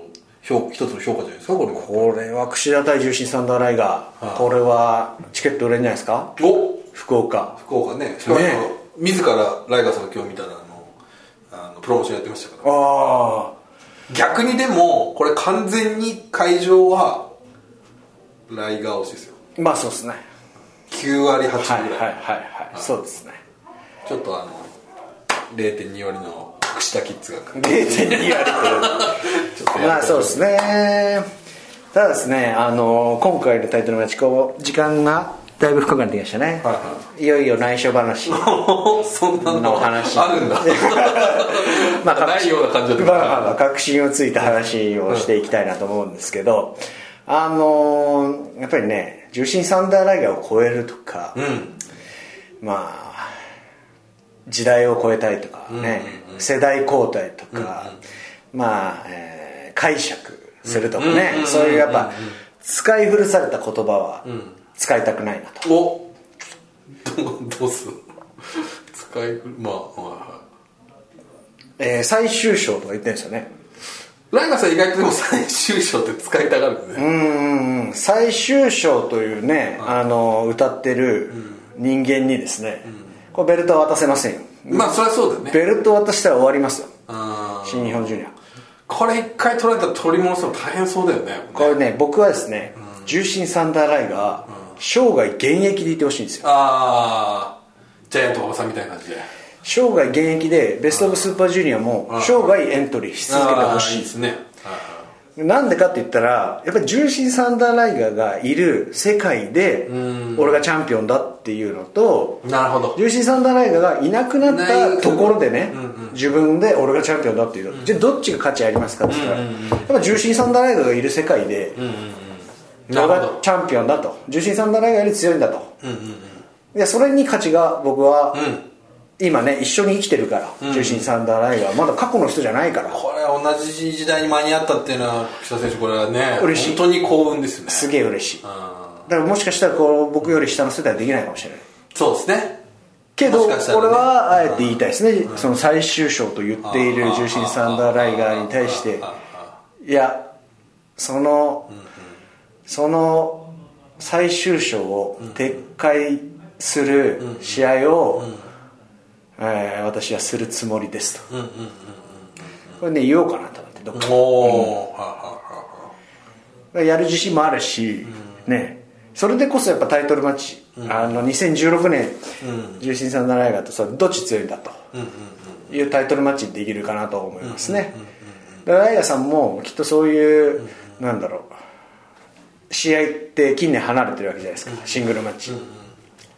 S2: 評一つの評価じゃないですかこれは
S1: これは櫛田対重心サンダーライガー、
S2: はい
S1: これはチケット売れんじゃないですか
S2: お
S1: 福岡
S2: 福岡ねしかも、自らライガーさんが今日見たらあのあのプロモーションやってましたから
S1: ああ
S2: 逆にでもこれ完全に会場はライガー推しですよ
S1: まあそうですね
S2: 9
S1: はい
S2: 割8分
S1: は
S2: ぐ
S1: い
S2: らい、
S1: はいはい、そうですね
S2: ちょっとあの0.2割の格下キッズが来る
S1: 0.2割
S2: ちょっとやりたい
S1: まあそうですねただですねあの今回のタイトルがちこう時間がだいぶ深くなってきましたね、、
S2: はい
S1: よいよ内緒 話
S2: そんなの
S1: の話
S2: あるんだ
S1: まあ
S2: ないような感じだったけど
S1: まあまあまあ確信をついた話をしていきたいなと思うんですけど、あのーやっぱりね重心サンダーライガーを超えるとか、
S2: うん
S1: まあ時代を超えたいとかね、世代交代とか、まあ、えー解釈するとかね、そういうやっぱ使い古された言葉は使いたくないなと、
S2: おどどうする使い古まあはいはい
S1: えー最終章とか言ってるんですよね
S2: ライガーさん意外とでも最終章って使いたがるんです
S1: う
S2: ね、
S1: んうんうん最終章というね、あの歌ってる人間にですね、これベルトは渡せませんよ
S2: まあそりゃそうだよね
S1: ベルト渡したら終わりますよ
S2: あー
S1: 新日本ジュニア
S2: これ一回取られたら取り戻すの大変そうだよね
S1: これね僕はですね、重心サンダーライが生涯現役でいてほしいんですよ
S2: ああジャイアント馬場さんみたいな感じで
S1: 生涯現役でベスト・オブ・スーパージュニアも生涯エントリーし続けてほ
S2: あー
S1: し
S2: い
S1: い
S2: いですねはい
S1: なんでかって言ったらやっぱり重心サンダーライガーがいる世界で俺がチャンピオンだっていうのと
S2: はいなるほど
S1: 重心サンダーライガーがいなくなっ
S2: ない
S1: たところでね自分で俺がチャンピオンだっていうのじゃあどっちが価値ありますかって言ったらやっぱ重心サンダーライガーがいる世界で
S2: な
S1: 俺が
S2: るほど
S1: チャンピオンだと重心サンダーライガーより強いんだと
S2: うんうんうん
S1: いやそれに価値が僕は、今ね一緒に生きてるから、重心サンダーライガーまだ過去の人じゃないから
S2: これは同じ時代に間に合ったっていうのは岸田選手これはね
S1: 嬉しい
S2: 本当に幸運ですよね
S1: すげえ嬉しいだ
S2: あ
S1: からもしかしたらこう僕より下の世代はできないかもしれない
S2: ーそうですね
S1: けど、
S2: もしかしたら
S1: こ
S2: ね
S1: れはあえて言いたいですね、その最終章と言っている
S2: あー
S1: 重心サンダーライガーに対していやその、その最終章を撤回する試合を、えー私はするつもりですと、これね言おうかなと思ってどっかで
S2: おお、はあはあはあ
S1: やる自信もあるし、ねそれでこそやっぱタイトルマッチ、あの2016年、重心さんのライガーとさどっち強いんだというタイトルマッチにできるかなと思いますね、だからライガーさんもきっとそういう、なんだろう試合って近年離れてるわけじゃないですか、シングルマッチ、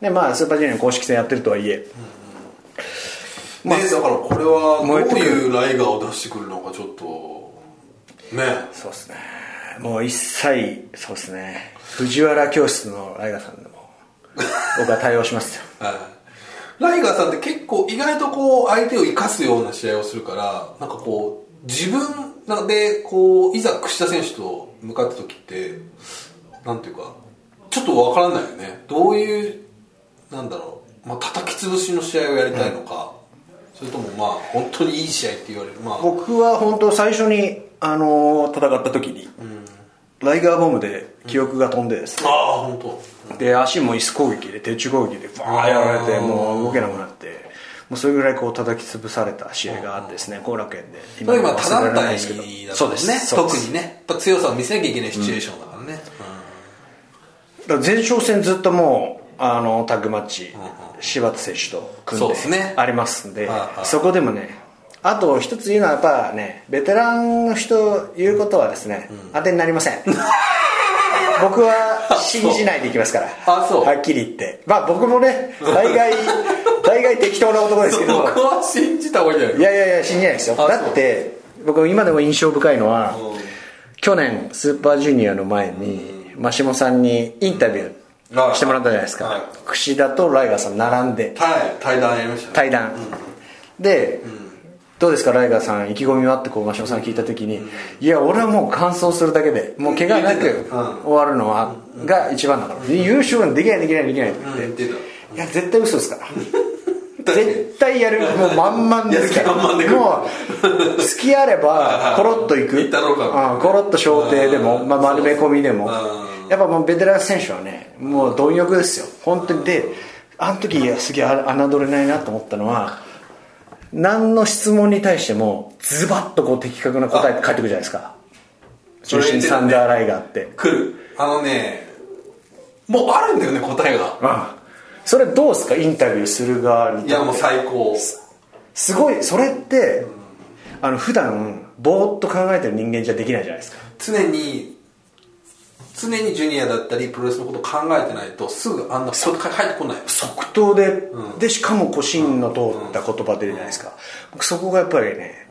S1: でまあスーパージュニアの公式戦やってるとはいえ、
S2: ねだからこれは
S1: 燃えて
S2: どう
S1: くる
S2: いうライガーを出してくるのかちょっとね
S1: そうですねもう一切そうですね藤原教室のライガーさんでも 僕は対応しますよ
S2: はいライガーさんって結構意外とこう相手を生かすような試合をするからなんかこう自分なんでこういざ櫛田選手と向かった時ってなんていうかちょっとわからないよねどういうなんだろう、まあ、叩き潰しの試合をやりたいのか、それともまあ本当にいい試合って言われるまあ
S1: 僕は本当最初に、あのー戦った時に、ライガーボムで記憶が飛んでですね、
S2: ああ本当
S1: で足も椅子攻撃で手中攻撃でバーやられて
S2: あー
S1: もう動けなくなってもうそれぐらいこう叩き潰された試合があってですね後楽園で
S2: それ今多団
S1: 忘れられない
S2: 体
S1: ですけど
S2: だ
S1: そ
S2: と
S1: う
S2: ね
S1: ですそうです
S2: 特にねやっぱ強さを見せなきゃいけないシチュエーションだからね、
S1: だから前哨戦ずっともうあのタッグマッチ、柴田選手と組ん
S2: そう
S1: で
S2: ですね
S1: ありますんで
S2: はいはい
S1: そこでもねあと一つ言うのはやっぱねベテランの人言うことはですね、当てになりま せん僕は信じないでいきますから
S2: あそう
S1: はっきり言ってまあ僕もね大 概大概適当な男ですけど
S2: 僕は信じた方がいいんじゃない
S1: いやいやいや信じないですよ
S2: あそう
S1: だって僕今でも印象深いのは
S2: うん
S1: 去年スーパージュニアの前に真下さんにインタビューしてもらったじゃないですか、
S2: はい
S1: 櫛田とライガーさん並んで
S2: はい対談やりましたね
S1: 対談、で、どうですかライガーさん意気込みはってこう真下さんに聞いた時に、いや俺はもう完走するだけでもう怪我な
S2: 言って
S1: く
S2: たうん
S1: 終わるのは、が一番だから、優勝はできないできないできないって言って、
S2: うん言って
S1: いや絶対嘘です から
S2: た
S1: 絶対 やるもう満々ですから
S2: いや満々で来る
S1: もう隙あればコロッといく
S2: いったろうか
S1: うんコロッと小艇でも、
S2: うん
S1: まあ、丸め込みでも
S2: うん
S1: やっぱもうベテラン選手はねもう貪欲ですよ本当にであの時いやすげえあ侮れないなと思ったのは何の質問に対してもズバッとこう的確な答えって返ってくるじゃないですか
S2: そ
S1: 中
S2: れ
S1: 心
S2: 言って
S1: サ
S2: たね
S1: ンダーライガーって
S2: 来るあのねもうあるんだよね答えが
S1: うんそれどうですかインタビューする側にとって
S2: いやもう最高
S1: すごいそれってあの普段ぼーっと考えてる人間じゃできないじゃないですか
S2: 常に常にジュニアだったりプロレスのことを考えてないとすぐあんなそ入ってこない
S1: 即答で、でしかもこう芯の通った言葉でじゃないですか、僕そこがやっぱりね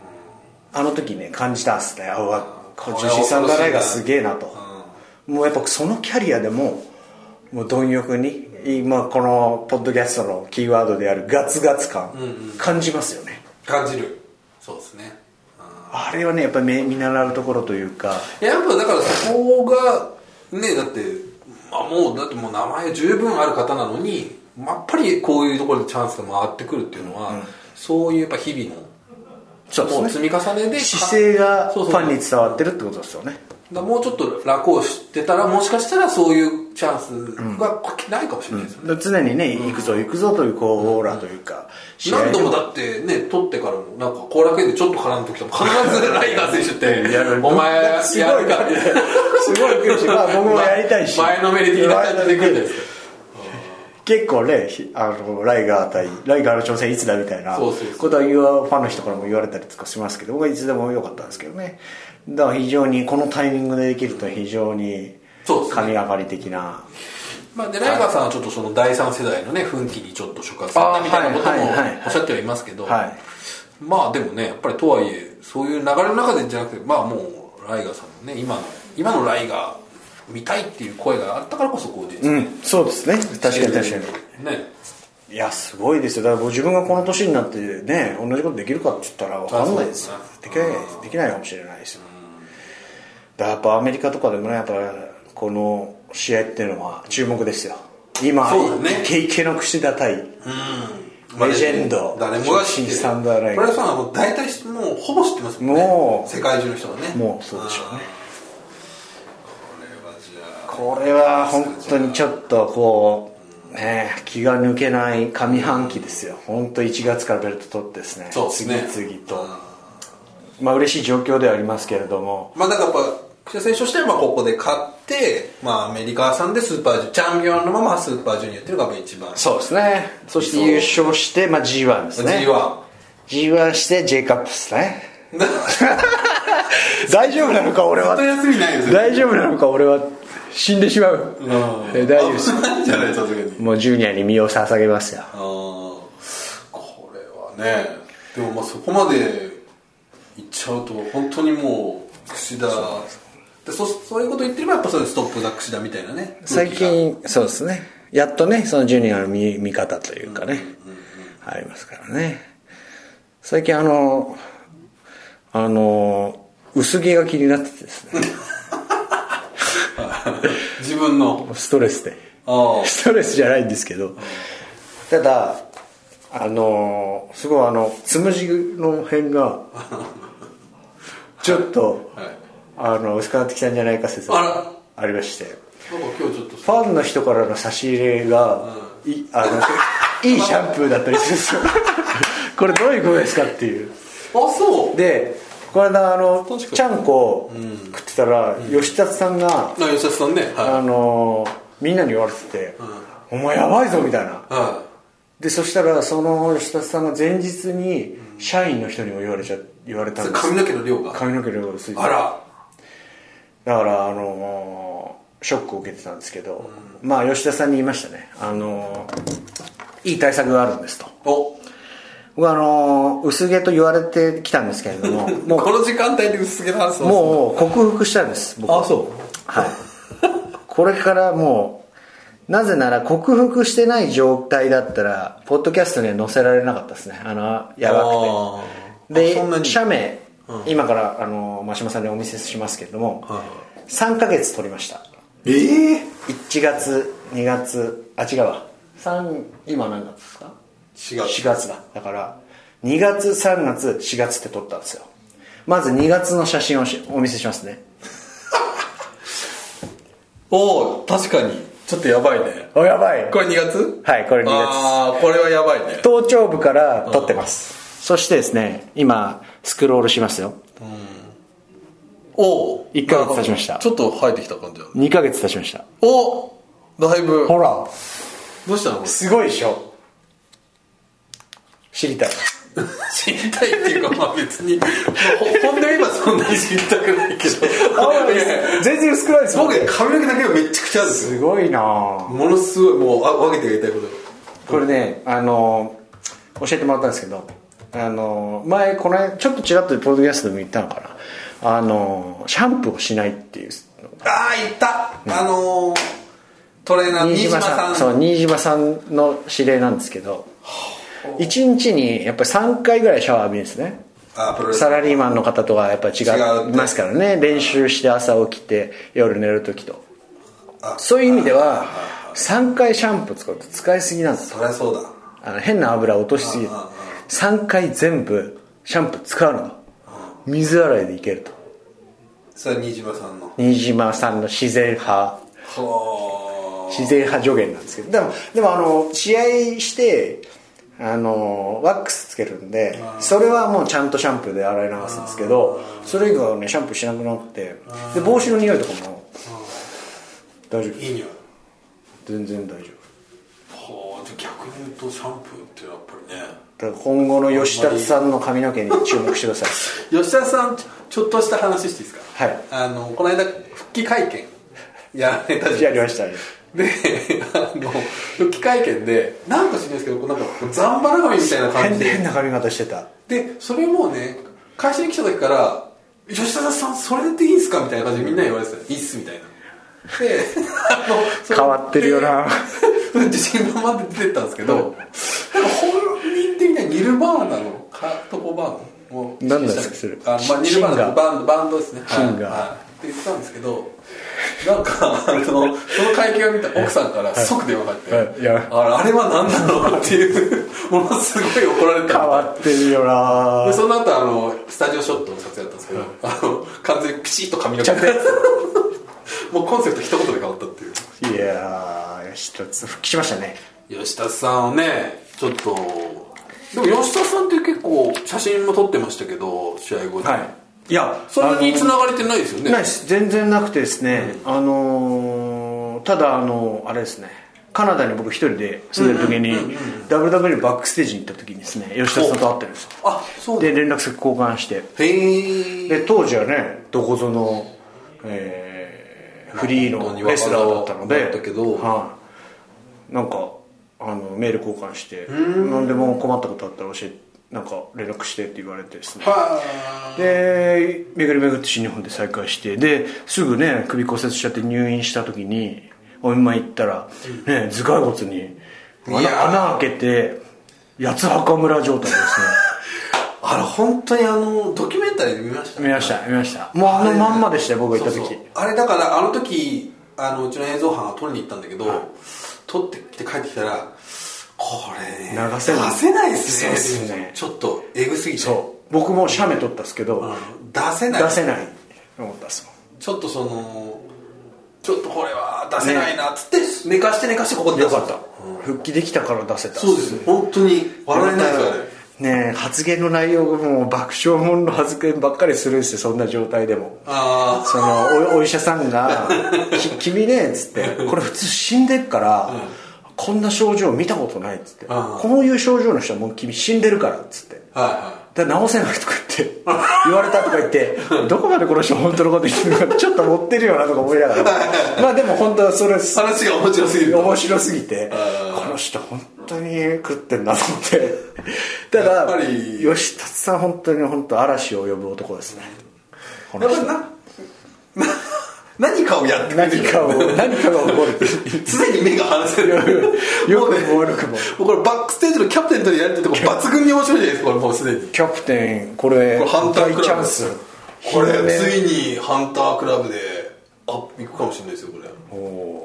S1: あの時ね感じたんですねあうわこのジュシーサンダーライがすげえなと、もうやっぱそのキャリアでももう貪欲に今このポッドキャストのキーワードであるガツガツ感、感じますよね
S2: 感じるそうですね
S1: あれはねやっぱり見習うところというか
S2: いややっぱだからそこがねだって、まあ、もうだってもう名前十分ある方なのにやっぱりこういうところでチャンスが回ってくるっていうのは、そういうやっぱ日々の
S1: そうですね
S2: もう積み重ねで
S1: 姿勢がフ
S2: そうそう
S1: ァンに伝わってるってことですよね
S2: だからもうちょっと楽を知ってたらもしかしたらそういうチャンスがないかもしれないですよね、
S1: だから常にね行くぞ行くぞというこうオーラというか試合
S2: 何度もだってね取ってからもなんか後楽園でちょっと絡んできたも必ずライガー選手って「お前や
S1: すごい
S2: るか」みたいな
S1: すごい来るし、まあ、僕もやりたいし
S2: 前のめり的な感じで来るんです
S1: 結構ねひあのライガー対ライガーの挑戦いつだみたいな
S2: そうそうそう
S1: ことは言うファンの人からも言われたりとかしますけど僕はいつでも良かったんですけどねだから非常にこのタイミングでできると非常に
S2: そうですね
S1: 神がかり的な
S2: まあ、でライガーさんはちょっとその第三世代のね奮起にちょっと触発されたみたいなこと
S1: あー
S2: も
S1: はいはいはい
S2: おっしゃってはいますけど、
S1: はい
S2: まあでもねやっぱりとはいえそういう流れの中でじゃなくてまあもうライガーさんのね今の今のライガー見たいっていう声があったからこそこう実
S1: う
S2: 現
S1: んそうですね確かに確か
S2: ね
S1: にいやすごいですよだから僕自分がこの年になってね同じことできるかって言ったら分かんないですよ
S2: あそう
S1: でき
S2: です
S1: な
S2: ね
S1: いできないかもしれないですよだからやっぱアメリカとかでもねやっぱこの試合っていうのは注目ですよ今、
S2: そうだね
S1: イケイケの櫛田対
S2: まあ
S1: レジェンド
S2: 誰もが知
S1: 新
S2: ってる
S1: サンダーライン
S2: これはさもう大体もうほぼ知ってますもんね
S1: もう
S2: 世界中の人はね
S1: もうそうでしょうね
S2: これはじゃあ
S1: これは本当にちょっとこうね気が抜けない上半期ですよ本当1月からベルト取ってですね
S2: そうですね
S1: 次々とまあ嬉しい状況ではありますけれども
S2: まあだからやっぱ久選手としてはまあここで勝って、まあ、アメリカさんでスーパージュチャンピオンのままスーパージュニアっていうのがやっぱ一番
S1: そうですねそして優勝して、まあ、G1 ですね
S2: G1
S1: G1 して J カップですね大丈夫なのか俺は
S2: ずっと休みないですよ
S1: 大丈夫なのか俺は死んでしまう、え大丈夫です
S2: 危ないんじゃないさすがに
S1: もうジュニアに身を捧げますよ
S2: あーこれはねでもまあそこまでいっちゃうと本当にもう櫛田でそそういうこと言ってればやっぱそういうストップだ櫛田みたいなね
S1: 最近そうですねやっとねそのジュニアの見見方というかね、ありますからね最近あのあの薄毛が気になっててです ね
S2: 自分の
S1: ストレスで
S2: ああ
S1: ストレスじゃないんですけどただあのーすごいあのつむじの辺 がちょっと、
S2: はい
S1: あの薄くなってきたんじゃないか説
S2: あ
S1: が
S2: ら
S1: ありまして
S2: なんか今日ちょっと
S1: ファンの人からの差し入れが、いあのいいシャンプーだったりするんですよ これどういうことですかっていう
S2: あそう
S1: でこの間あの
S2: 確かに
S1: ちゃんこ食ってたら、吉田さんが、
S2: な吉田さんね
S1: あ
S2: は、
S1: のーみんなに言われてて「お前やばいぞ」みたいない
S2: は
S1: でそしたらその吉田さんが前日に社員の人にも言われちゃ言われ
S2: い
S1: た
S2: そ
S1: ん
S2: れ
S1: です
S2: 髪の毛の量が
S1: 髪の毛の色が薄い
S2: あら
S1: だからあのーショックを受けてたんですけど、まあ吉田さんに言いましたねあのーいい対策があるんですと
S2: お
S1: 僕はあのー薄毛と言われてきたんですけれど もも
S2: この時間帯で薄毛の話
S1: う
S2: う
S1: もう克服したんです僕は
S2: そう
S1: はいこれからもうなぜなら克服してない状態だったらポッドキャストには載せられなかったですねあのやばくて
S2: あー
S1: で
S2: あそんなに
S1: 社名、今からあの真島さんにお見せしますけれども、
S2: は
S1: 3ヶ月取りました
S2: ええ
S1: 1月2月あ違うわ3今何月ですか
S2: 4月
S1: 4月だだから2月3月4月って取ったんですよまず2月の写真をしお見せしますね
S2: おお確かにちょっとやばいね
S1: おやばい
S2: これ2月
S1: はいこれ2月
S2: ああこれはやばいね
S1: 頭頂部から撮ってますそしてですね今スクロールしますよ
S2: おお
S1: 一ヶ月経ちました
S2: ちょっと生えてきた感じある
S1: 2ヶ月経ちました
S2: おだいぶ
S1: ら
S2: どうしたのこれ
S1: すごいでしょ知りたい
S3: 知りたいっていうかまあ別にほ本音は今そんなに知りたくないけど
S1: 全然薄くないです
S2: 僕ね髪の毛だけはめっちゃくちゃあるんですよ
S1: すごいなぁ
S2: ものすごいもうあ分けてやりたいことが
S1: これねあの教えてもらったんですけどあの前この間ちょっとちらっとポッドキャストでも言ったのかなあのシャンプーをしないっていう
S2: ああいった、あのートレーナー新島さん
S1: そう新島さんの指令なんですけど1日にやっぱり3回ぐらいシャワー浴びるんですね
S2: あープロレス
S1: サラリーマンの方とはやっぱ違いますからね練習して朝起きて夜寝る時とそういう意味では3回シャンプー使うと使いすぎなんです
S2: そりゃそうだ
S1: あの変な油を落としすぎる
S2: ああああ
S1: 3回全部シャンプー使うの水洗いでいけると
S2: それは新島さんの
S1: 新島さんの自然派
S2: は
S1: 自然派助言なんですけどでもでもあの試合してあのワックスつけるんでそれはもうちゃんとシャンプーで洗い流すんですけどそれ以外はねシャンプーしなくなってで帽子の匂いとかも大丈夫
S2: あいい匂い
S1: 全然大丈
S2: はあじゃあ逆に言うとシャンプーってやっぱりね
S1: 夫だから今後の吉田さんの髪の毛に注目してください
S2: 吉田さんちょちょっとした話していいですか
S1: はい
S2: あのこの間復帰会見やられたじゃ
S1: や
S2: ん
S1: りましたね
S2: であの復帰会見でなんか知んないですけどこうなんかこうザンバラ髪みたいな感
S1: 変
S2: じで
S1: 変な髪型してた
S2: でそれもね会社に来た時から「吉田さんそれでいいんすか?」みたいな感じでみんなに言われてた「いいっす」みたいなであのそ れ
S1: 変わってるよな
S2: で自信のままで出てったんですけどなんか本人的にはニルバーナのカートコバーンを
S1: 何なんですかそれ
S2: あ、まあ、ニルバーナのバンドバンドですね
S1: シンガー
S2: はいはいって言ってたんですけどなんかあのその会見を見た奥さんから即電話が
S1: は
S2: あっ
S1: いい
S2: て
S1: や
S2: 「あれあれは何なの?」っていうものすごい怒られたみた
S1: 変
S2: いな
S1: わってるよ
S2: で
S1: な
S2: その後あのスタジオショットの撮影だったんですけど、あの完全にピシッと髪の毛 もうコンセプト一言で変わったっていう
S1: いやー吉田さん復帰しましたね
S2: 吉田さんをねちょっとでも吉田さんって結構写真も撮ってましたけど試合後に、
S1: いや
S2: それに繋がれてないですよね
S1: ないです全然なくてですね、あのーただあのあれですねカナダに僕一人で住んでる時に WW のバックステージに行った時にですね吉田さんと会ってるんですよ
S2: あそうだ
S1: で連絡先交換して
S2: へえ
S1: で当時はねどこぞの、えーフリー
S2: 本当に
S1: の
S2: 若
S1: レスラーだったので
S2: だったけど
S1: はい、なんかあのメール交換して何でも困ったことあったら教えなんか連絡してって言われてですね
S2: は
S1: で巡り巡って新日本で再会してですぐね首骨折しちゃって入院した時にお見舞い行ったら、ね、頭蓋骨に
S2: いやー
S1: 穴穴開けて八つ墓村状態です
S2: ああれ本当にあのドキュメンタリーで見ました
S1: ね見ました見ましたもうあのまんまでしたよ僕が行った時
S2: そうそうあれだからあの時あのうちの映像班が撮りに行ったんだけど、撮ってきて帰ってきたらこれね
S1: 流せない
S2: 出せないですね
S1: そうですね
S2: ちょっとえぐすぎて
S1: そう僕も写メ撮ったんですけど、
S2: うん出せない
S1: 出せないと思ったっすもん
S2: ちょっとそのちょっとこれは出せないなっつって、寝かして寝かしてここで
S1: よ
S2: 出す
S1: かった、復帰できたから出せた
S2: そうですね本当に笑えないですよね
S1: ねえ発言の内容がもう爆笑もんの発言ばっかりするんですよそんな状態でも
S2: あ
S1: そのおお医者さん が「き君ね」っつって「これ普通死んでっから、こんな症状見たことない」っつって、
S2: うん
S1: こういう症状の人はもう君死んでるから」っつって
S2: あは
S1: だから治せないとか言って言われたとか言ってどこまでこの人本当のこと言ってるのかちょっと持ってるよなとか思いながらまあでも本当はそれ
S2: いはい話が面白すぎる
S1: 面白すぎて
S2: あー
S1: この人本当に食ってんなと思 ってた
S2: やっぱ
S1: だ
S2: り
S1: 吉達さん本当に本当嵐を呼ぶ男ですねこの
S2: やっぱ
S1: 人
S2: りなな 何かをやってくれて
S1: 何
S2: る
S1: か を何かが起こる
S2: 常に目が離せる
S1: よくも
S2: うね
S1: 悪くも
S2: うこれバックステージのキャプテンとのやりとりとか抜群に面白いじゃないですかこれもうすでに
S1: キャプテンこれ
S2: これハンター
S1: 大
S2: ク
S1: チ
S2: ラ
S1: ャ
S2: ブ
S1: ンス
S2: これつ
S1: に
S2: いにハンタークラブであ行くかもしれないですよこれ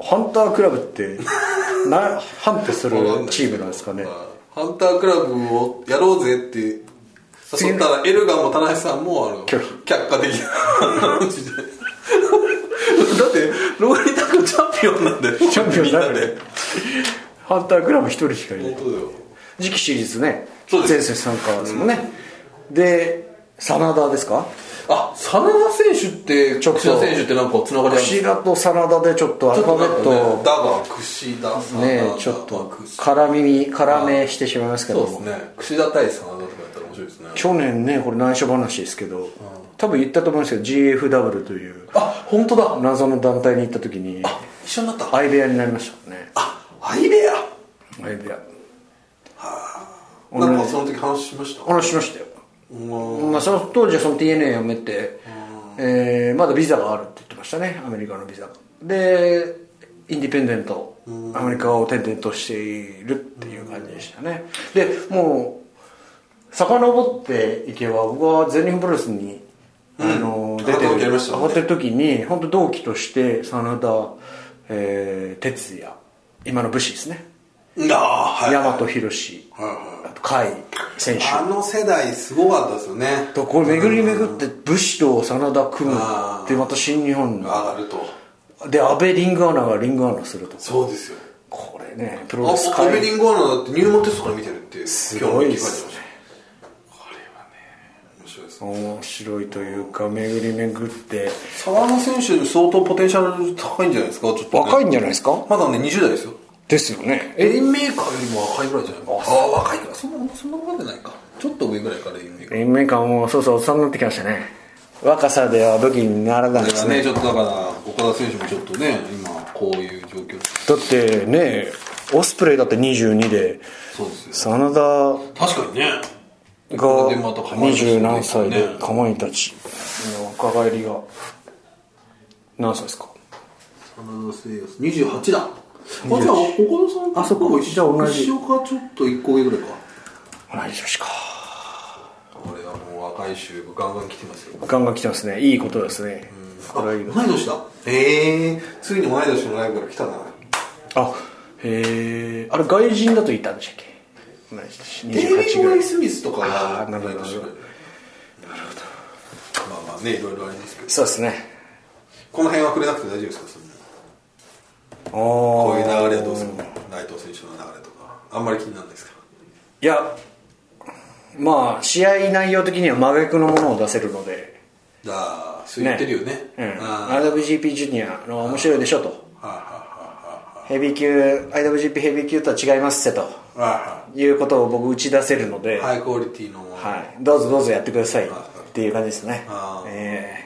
S1: ハンタークラブって なハントするチームなんですかね
S2: ハンタークラブをやろうぜって誘ったらエルガンも田中さんもあの
S1: 拒
S2: 却下的な感じでだってローリタクチャンピオンなんで
S1: チャンピオンに
S2: みん
S1: な
S2: な
S1: る
S2: で
S1: ハンタークラブ一人しかいない
S2: 本当だよ
S1: 次期シリーズね
S2: そうです
S1: 前節参加ですもんね、で真田ですか
S2: あ真田選手って
S1: ちょっと
S2: 串田選手ってなんかつながりあるんで
S1: 櫛
S2: すか
S1: 田と真田でちょっとアルファベッ
S2: だ
S1: ト
S2: が串田さん
S1: をねちょっと
S2: 串田
S1: 絡みに絡めしてしまいますけど
S2: そう
S1: も
S2: ですね串田対真田とかやったら
S3: 白いですね
S1: 去年ねこれ内緒話ですけど、多分言ったと思うんですけど GFW という
S2: あ本当だ
S1: 謎の団体に行った時に
S2: 一緒になった
S1: 相部屋になりましたもんね
S2: あアイデア
S1: 相部屋
S2: なんかその時話しました
S1: 話しましたよ、
S2: うん
S1: まあ、その当時はその TNA を辞めて、えーまだビザがあるって言ってましたねアメリカのビザがでインディペンデントアメリカを転々としているっていう感じでしたねでもう遡っていけば僕は全日本プロレスに、あの
S2: うん
S1: 出て
S2: あの時やり
S1: る
S2: ましたもんね
S1: 慌てる時に本当同期として真田、えー哲也今の武士ですね
S2: あーはい
S1: 大和宏あと甲斐選手
S2: あの世代すごかったですよね
S1: とこう巡り巡って武士と真田組む
S2: あー
S1: でまた新日本の
S2: 上がると
S1: で安倍リングアナがリングアナすると
S2: そうですよ
S1: これねプ
S2: あ
S1: ロレス
S2: オペ
S1: 界
S2: ニングアナだって入門テストから見てるって
S1: す
S2: す
S1: ごいですね
S2: これはね面白いですね
S1: 面白いというか巡り巡って
S2: 沢野選手相当ポテンシャル高いんじゃないですかちょっとね、
S1: 若いんじゃないですか
S2: まだね20代ですよ
S1: ですよね
S2: レインメーカーよりも若いぐらいじゃないああ若いかそんなそんなことないかちょっと上ぐらいからレインメーカー
S1: 面面感もそうそうおっさんになってきましたね若さでは武器にならないで
S2: だか
S1: す
S2: らね
S1: ね
S2: ちょっとだから岡田選手もちょっとね今こういう状況
S1: だってねオスプレイだって22で
S2: そうですよ
S1: 真田
S2: 確かにね
S1: が
S2: でまたかまいたち
S1: 20
S2: も
S1: 何歳
S2: ね
S1: でかまいたちの若返りが何歳ですか
S2: 真田聖也28だあじゃあ岡田さん
S1: あそっか
S2: と一緒
S1: じゃあ同じ
S2: 一緒かちょっと1個上ぐらいか
S1: 同じ年か
S2: これはもう若い衆がガンガン来てますよ
S1: ガンガン来てますねいいことですね
S2: あ
S1: これ
S2: 同
S1: はい
S2: い
S1: いこと
S2: 年だええついに同い年のライブから来たな
S1: あへえあれ外人だと言ったんでしたっけ同じ
S2: デ
S1: 年
S2: イビ
S1: 28
S2: ー・
S1: ぐ
S2: ボ
S1: ら
S2: ー
S1: い
S2: イ・スミスとか
S1: あーなるほど
S2: 同い年ぐらいまあまあねいろいろありますけど
S1: そうですね
S2: この辺は触れなくて大丈夫ですかそんなこ
S1: こ
S2: ういう流れはどうするの内藤選手の流れとかあんまり気にならないですか
S1: いやまあ試合内容的には真逆のものを出せるので
S2: だからそう言ってるよね
S1: うん、
S2: あー
S1: IWGP ジュニアの面白いでしょとヘビー級 IWGP ヘビー級とは違いますせと
S2: あ
S1: いうことを僕打ち出せるので、
S2: ーハイクオリティの
S1: はい、どうぞどうぞやってくださいっていう感じですね
S2: あ、ー
S1: え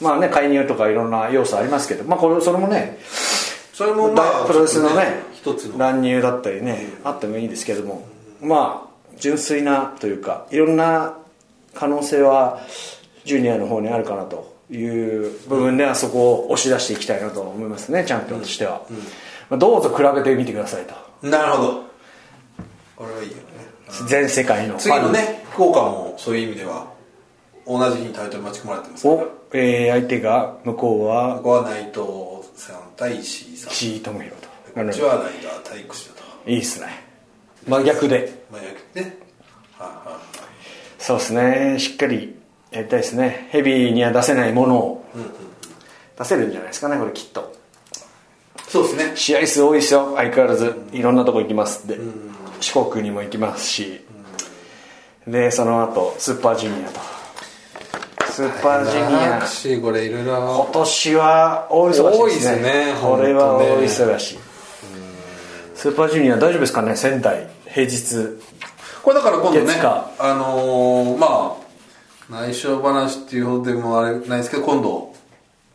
S1: ーまあね介入とかいろんな要素ありますけど、まあ、これそれもね
S2: それもまあ
S1: プロレスのね
S2: ちょっと一つの
S1: 乱入だったりねあってもいいですけどもまあ純粋なというかいろんな可能性はジュニアの方にあるかなという部分ではそこを押し出していきたいなと思いますねチャンピオンとしては、まあ、どうぞ比べてみてくださいと
S2: なるほどこれはいいよね
S1: 全世界のフ
S2: 次
S1: ァン
S2: の
S1: に
S2: ね福岡もそういう意味では同じ日にタイトル待ち込まれてますから
S1: を、えー相手が向こう
S2: こ
S1: は
S2: こは内藤さん対石井さん
S1: 石井智弘と
S2: こっちは内藤対櫛田と
S1: いいっすね真逆で
S2: まあやけどねはいは
S1: そうですねしっかりやりたいですねヘビーには出せないものを出せるんじゃないですかねこれきっと
S2: いそうですね
S1: 試合数多いですよ相変わらずいろんなとこ行きますで四国にも行きますしでその後スーパージュニアとスーパージュニア
S2: しこれいろいろ
S1: 今年は大忙しですね
S2: 多いですね
S1: これは
S2: 本当
S1: 大
S2: ね
S1: 忙しいスーパージュニア大丈夫ですかね仙台平日
S2: これだから今度ね
S1: 月火
S2: あのー、まあ内緒話っていうほどでもあれないですけど今度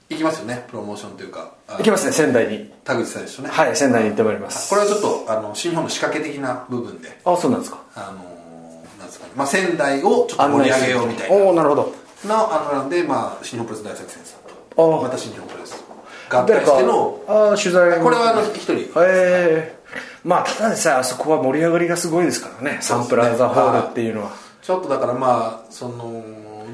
S2: 行きますよねプロモーションというかあの
S1: 行きますね仙台に
S2: 田口選手とね
S1: はい仙台に行ってまいります
S2: これはちょっとあの新日本の仕掛け的な部分で
S1: あそうなんですか
S2: あのーなんですかね、まあ、仙台をちょっと盛り上げようみたいな
S1: おおなるほど
S2: のあのなんで、まあ、新日本プロレス大作戦さん
S1: あ
S2: とまた新日本プロレス合体しての
S1: ああー取材
S2: これはあの一人
S1: ええまあただでさえあそこは盛り上がりがすごいですからねサンプラザホールっていうのは
S2: ちょっとだからまあその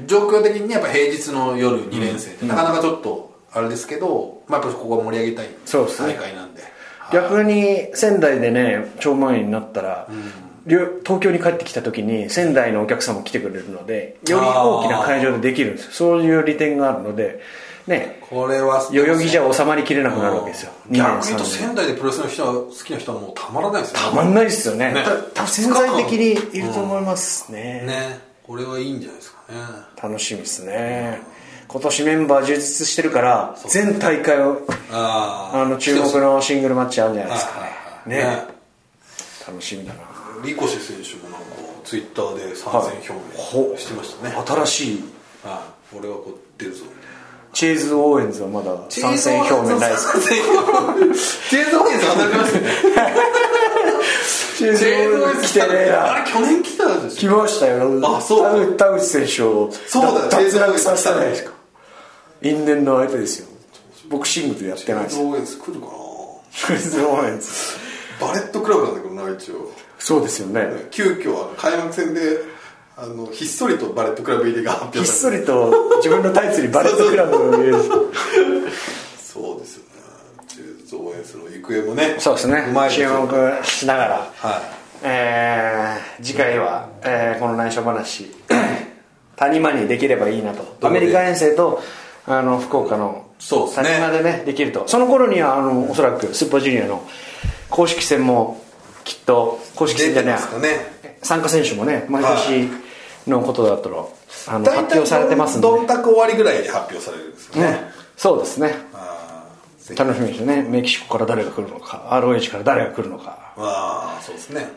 S2: 状況的にやっぱ平日の夜2連戦って、なかなかちょっとあれですけど、まあ、やっぱここは盛り上げたい
S1: そうですね
S2: 大会なんで
S1: 逆に仙台でね超満員になったら、りょ東京に帰ってきた時に仙台のお客さんも来てくれるのでより大きな会場でできるんですよそういう利点があるのでね
S2: これは
S1: 代々木じゃ収まりきれなくなるわけですよ
S2: うん逆に言う
S1: 二年
S2: と
S1: 三年
S2: 仙台でプロレスの人は好きな人はもうたまらないですよね
S1: たまんないですよね
S2: ね
S1: た多分潜在的にいると思いますね,、
S2: ねこれはいいんじゃないですかね
S1: 楽しみですね今年メンバー充実してるから全大会を
S2: あー
S1: あの注目のシングルマッチあるんじゃないですか
S2: はいはいはい
S1: ねね楽しみだな
S2: リコシ選手もなんかツイッターで参戦表明してましたね、
S1: 新しい
S2: はい、俺はこう出るぞみたいな
S1: チェーズ・オーエンズはまだ参戦表明ないです
S2: チェーンソーエンズ当たりましたね
S1: チェー
S2: チェーンソーエンズ
S1: 来てねえ
S2: あ
S1: な
S2: れ去年来たんです
S1: 来
S2: よ
S1: ましたよ
S2: あそう
S1: 田口選手を
S2: そうだ
S1: 脱
S2: チェーンソーエン
S1: 落
S2: ズ
S1: させたじゃないですか因縁の相手ですよボクシングでやってないです
S2: 応援作るか
S1: チェーズ・オーエンズ
S2: なバレットクラブなんだけどな一応
S1: そうですよね
S2: 急遽あの開幕戦であのひっそりとバレットクラブ入りが発表
S1: ひっ
S2: さ
S1: そ
S2: れ
S1: りと自分のタイツにバレットクラブを入れる
S2: たそうですよねチェーズ応援するの行方もね
S1: そうですね
S2: うまいです
S1: 注
S2: よはい
S1: 目しながらえー次回は、えーこの内緒 話谷間にできればいいなと
S2: で
S1: アメリカ遠征とあの福岡の
S2: そうですね
S1: 谷間でねできるとその頃にはあのおそらくスーパージュニアの公式戦もきっと公式戦じゃね
S2: 出てますかね
S1: 参加選手もね毎年のことだったら、あの発
S2: 大
S1: 表されてますん
S2: 体
S1: で、
S2: どんたく終わりぐらいに発表されるんですよね
S1: ね、そうですね
S2: あーぜひ
S1: 楽しみですねメキシコから誰が来るのか ROH から誰が来るのか
S2: まあそうですね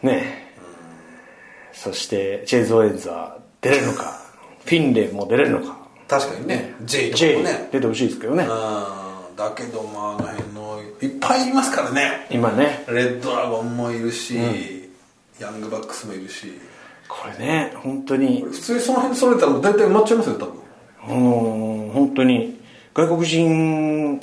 S1: ねえそしてチェイズ・オーエンズは出れるのかフィンレイも出れるのか
S2: 確かにね J とか
S1: J
S2: もね
S1: 出てほしいですけどね
S2: うんだけどまああの辺のいっぱいいますからね
S1: 今ね
S2: レッドドラゴンもいるし、ヤングバックスもいるし
S1: これね本当に
S2: 普通にその辺揃えたら大体埋まっちゃいますよ多分
S1: あのー本当に外国人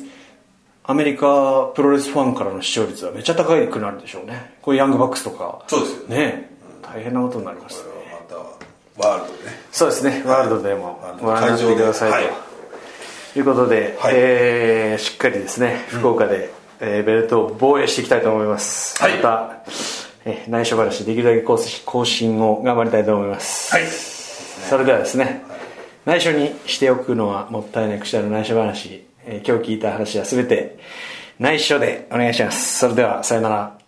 S1: アメリカプロレスファンからの視聴率はめっちゃ高いくなるでしょうねこういうヤングバックスとか
S2: そうですよね
S1: ねえ大変なことになります
S2: こ
S1: ね
S2: れはまたワールドね
S1: そうですねワールドでも
S2: ワールド
S1: ご覧になってくださいと、、
S2: 会場ではい
S1: うことで、
S2: はい
S1: えーしっかりですね福岡で、えーベルトを防衛していきたいと思います、
S2: はい
S1: また、えー内緒話できるだけ更新更新を頑張りたいと思います、
S2: はい
S1: それではですね、内緒にしておくのはもったいないくしゃの内緒話、えー今日聞いた話は全て内緒でお願いしますそれではさよなら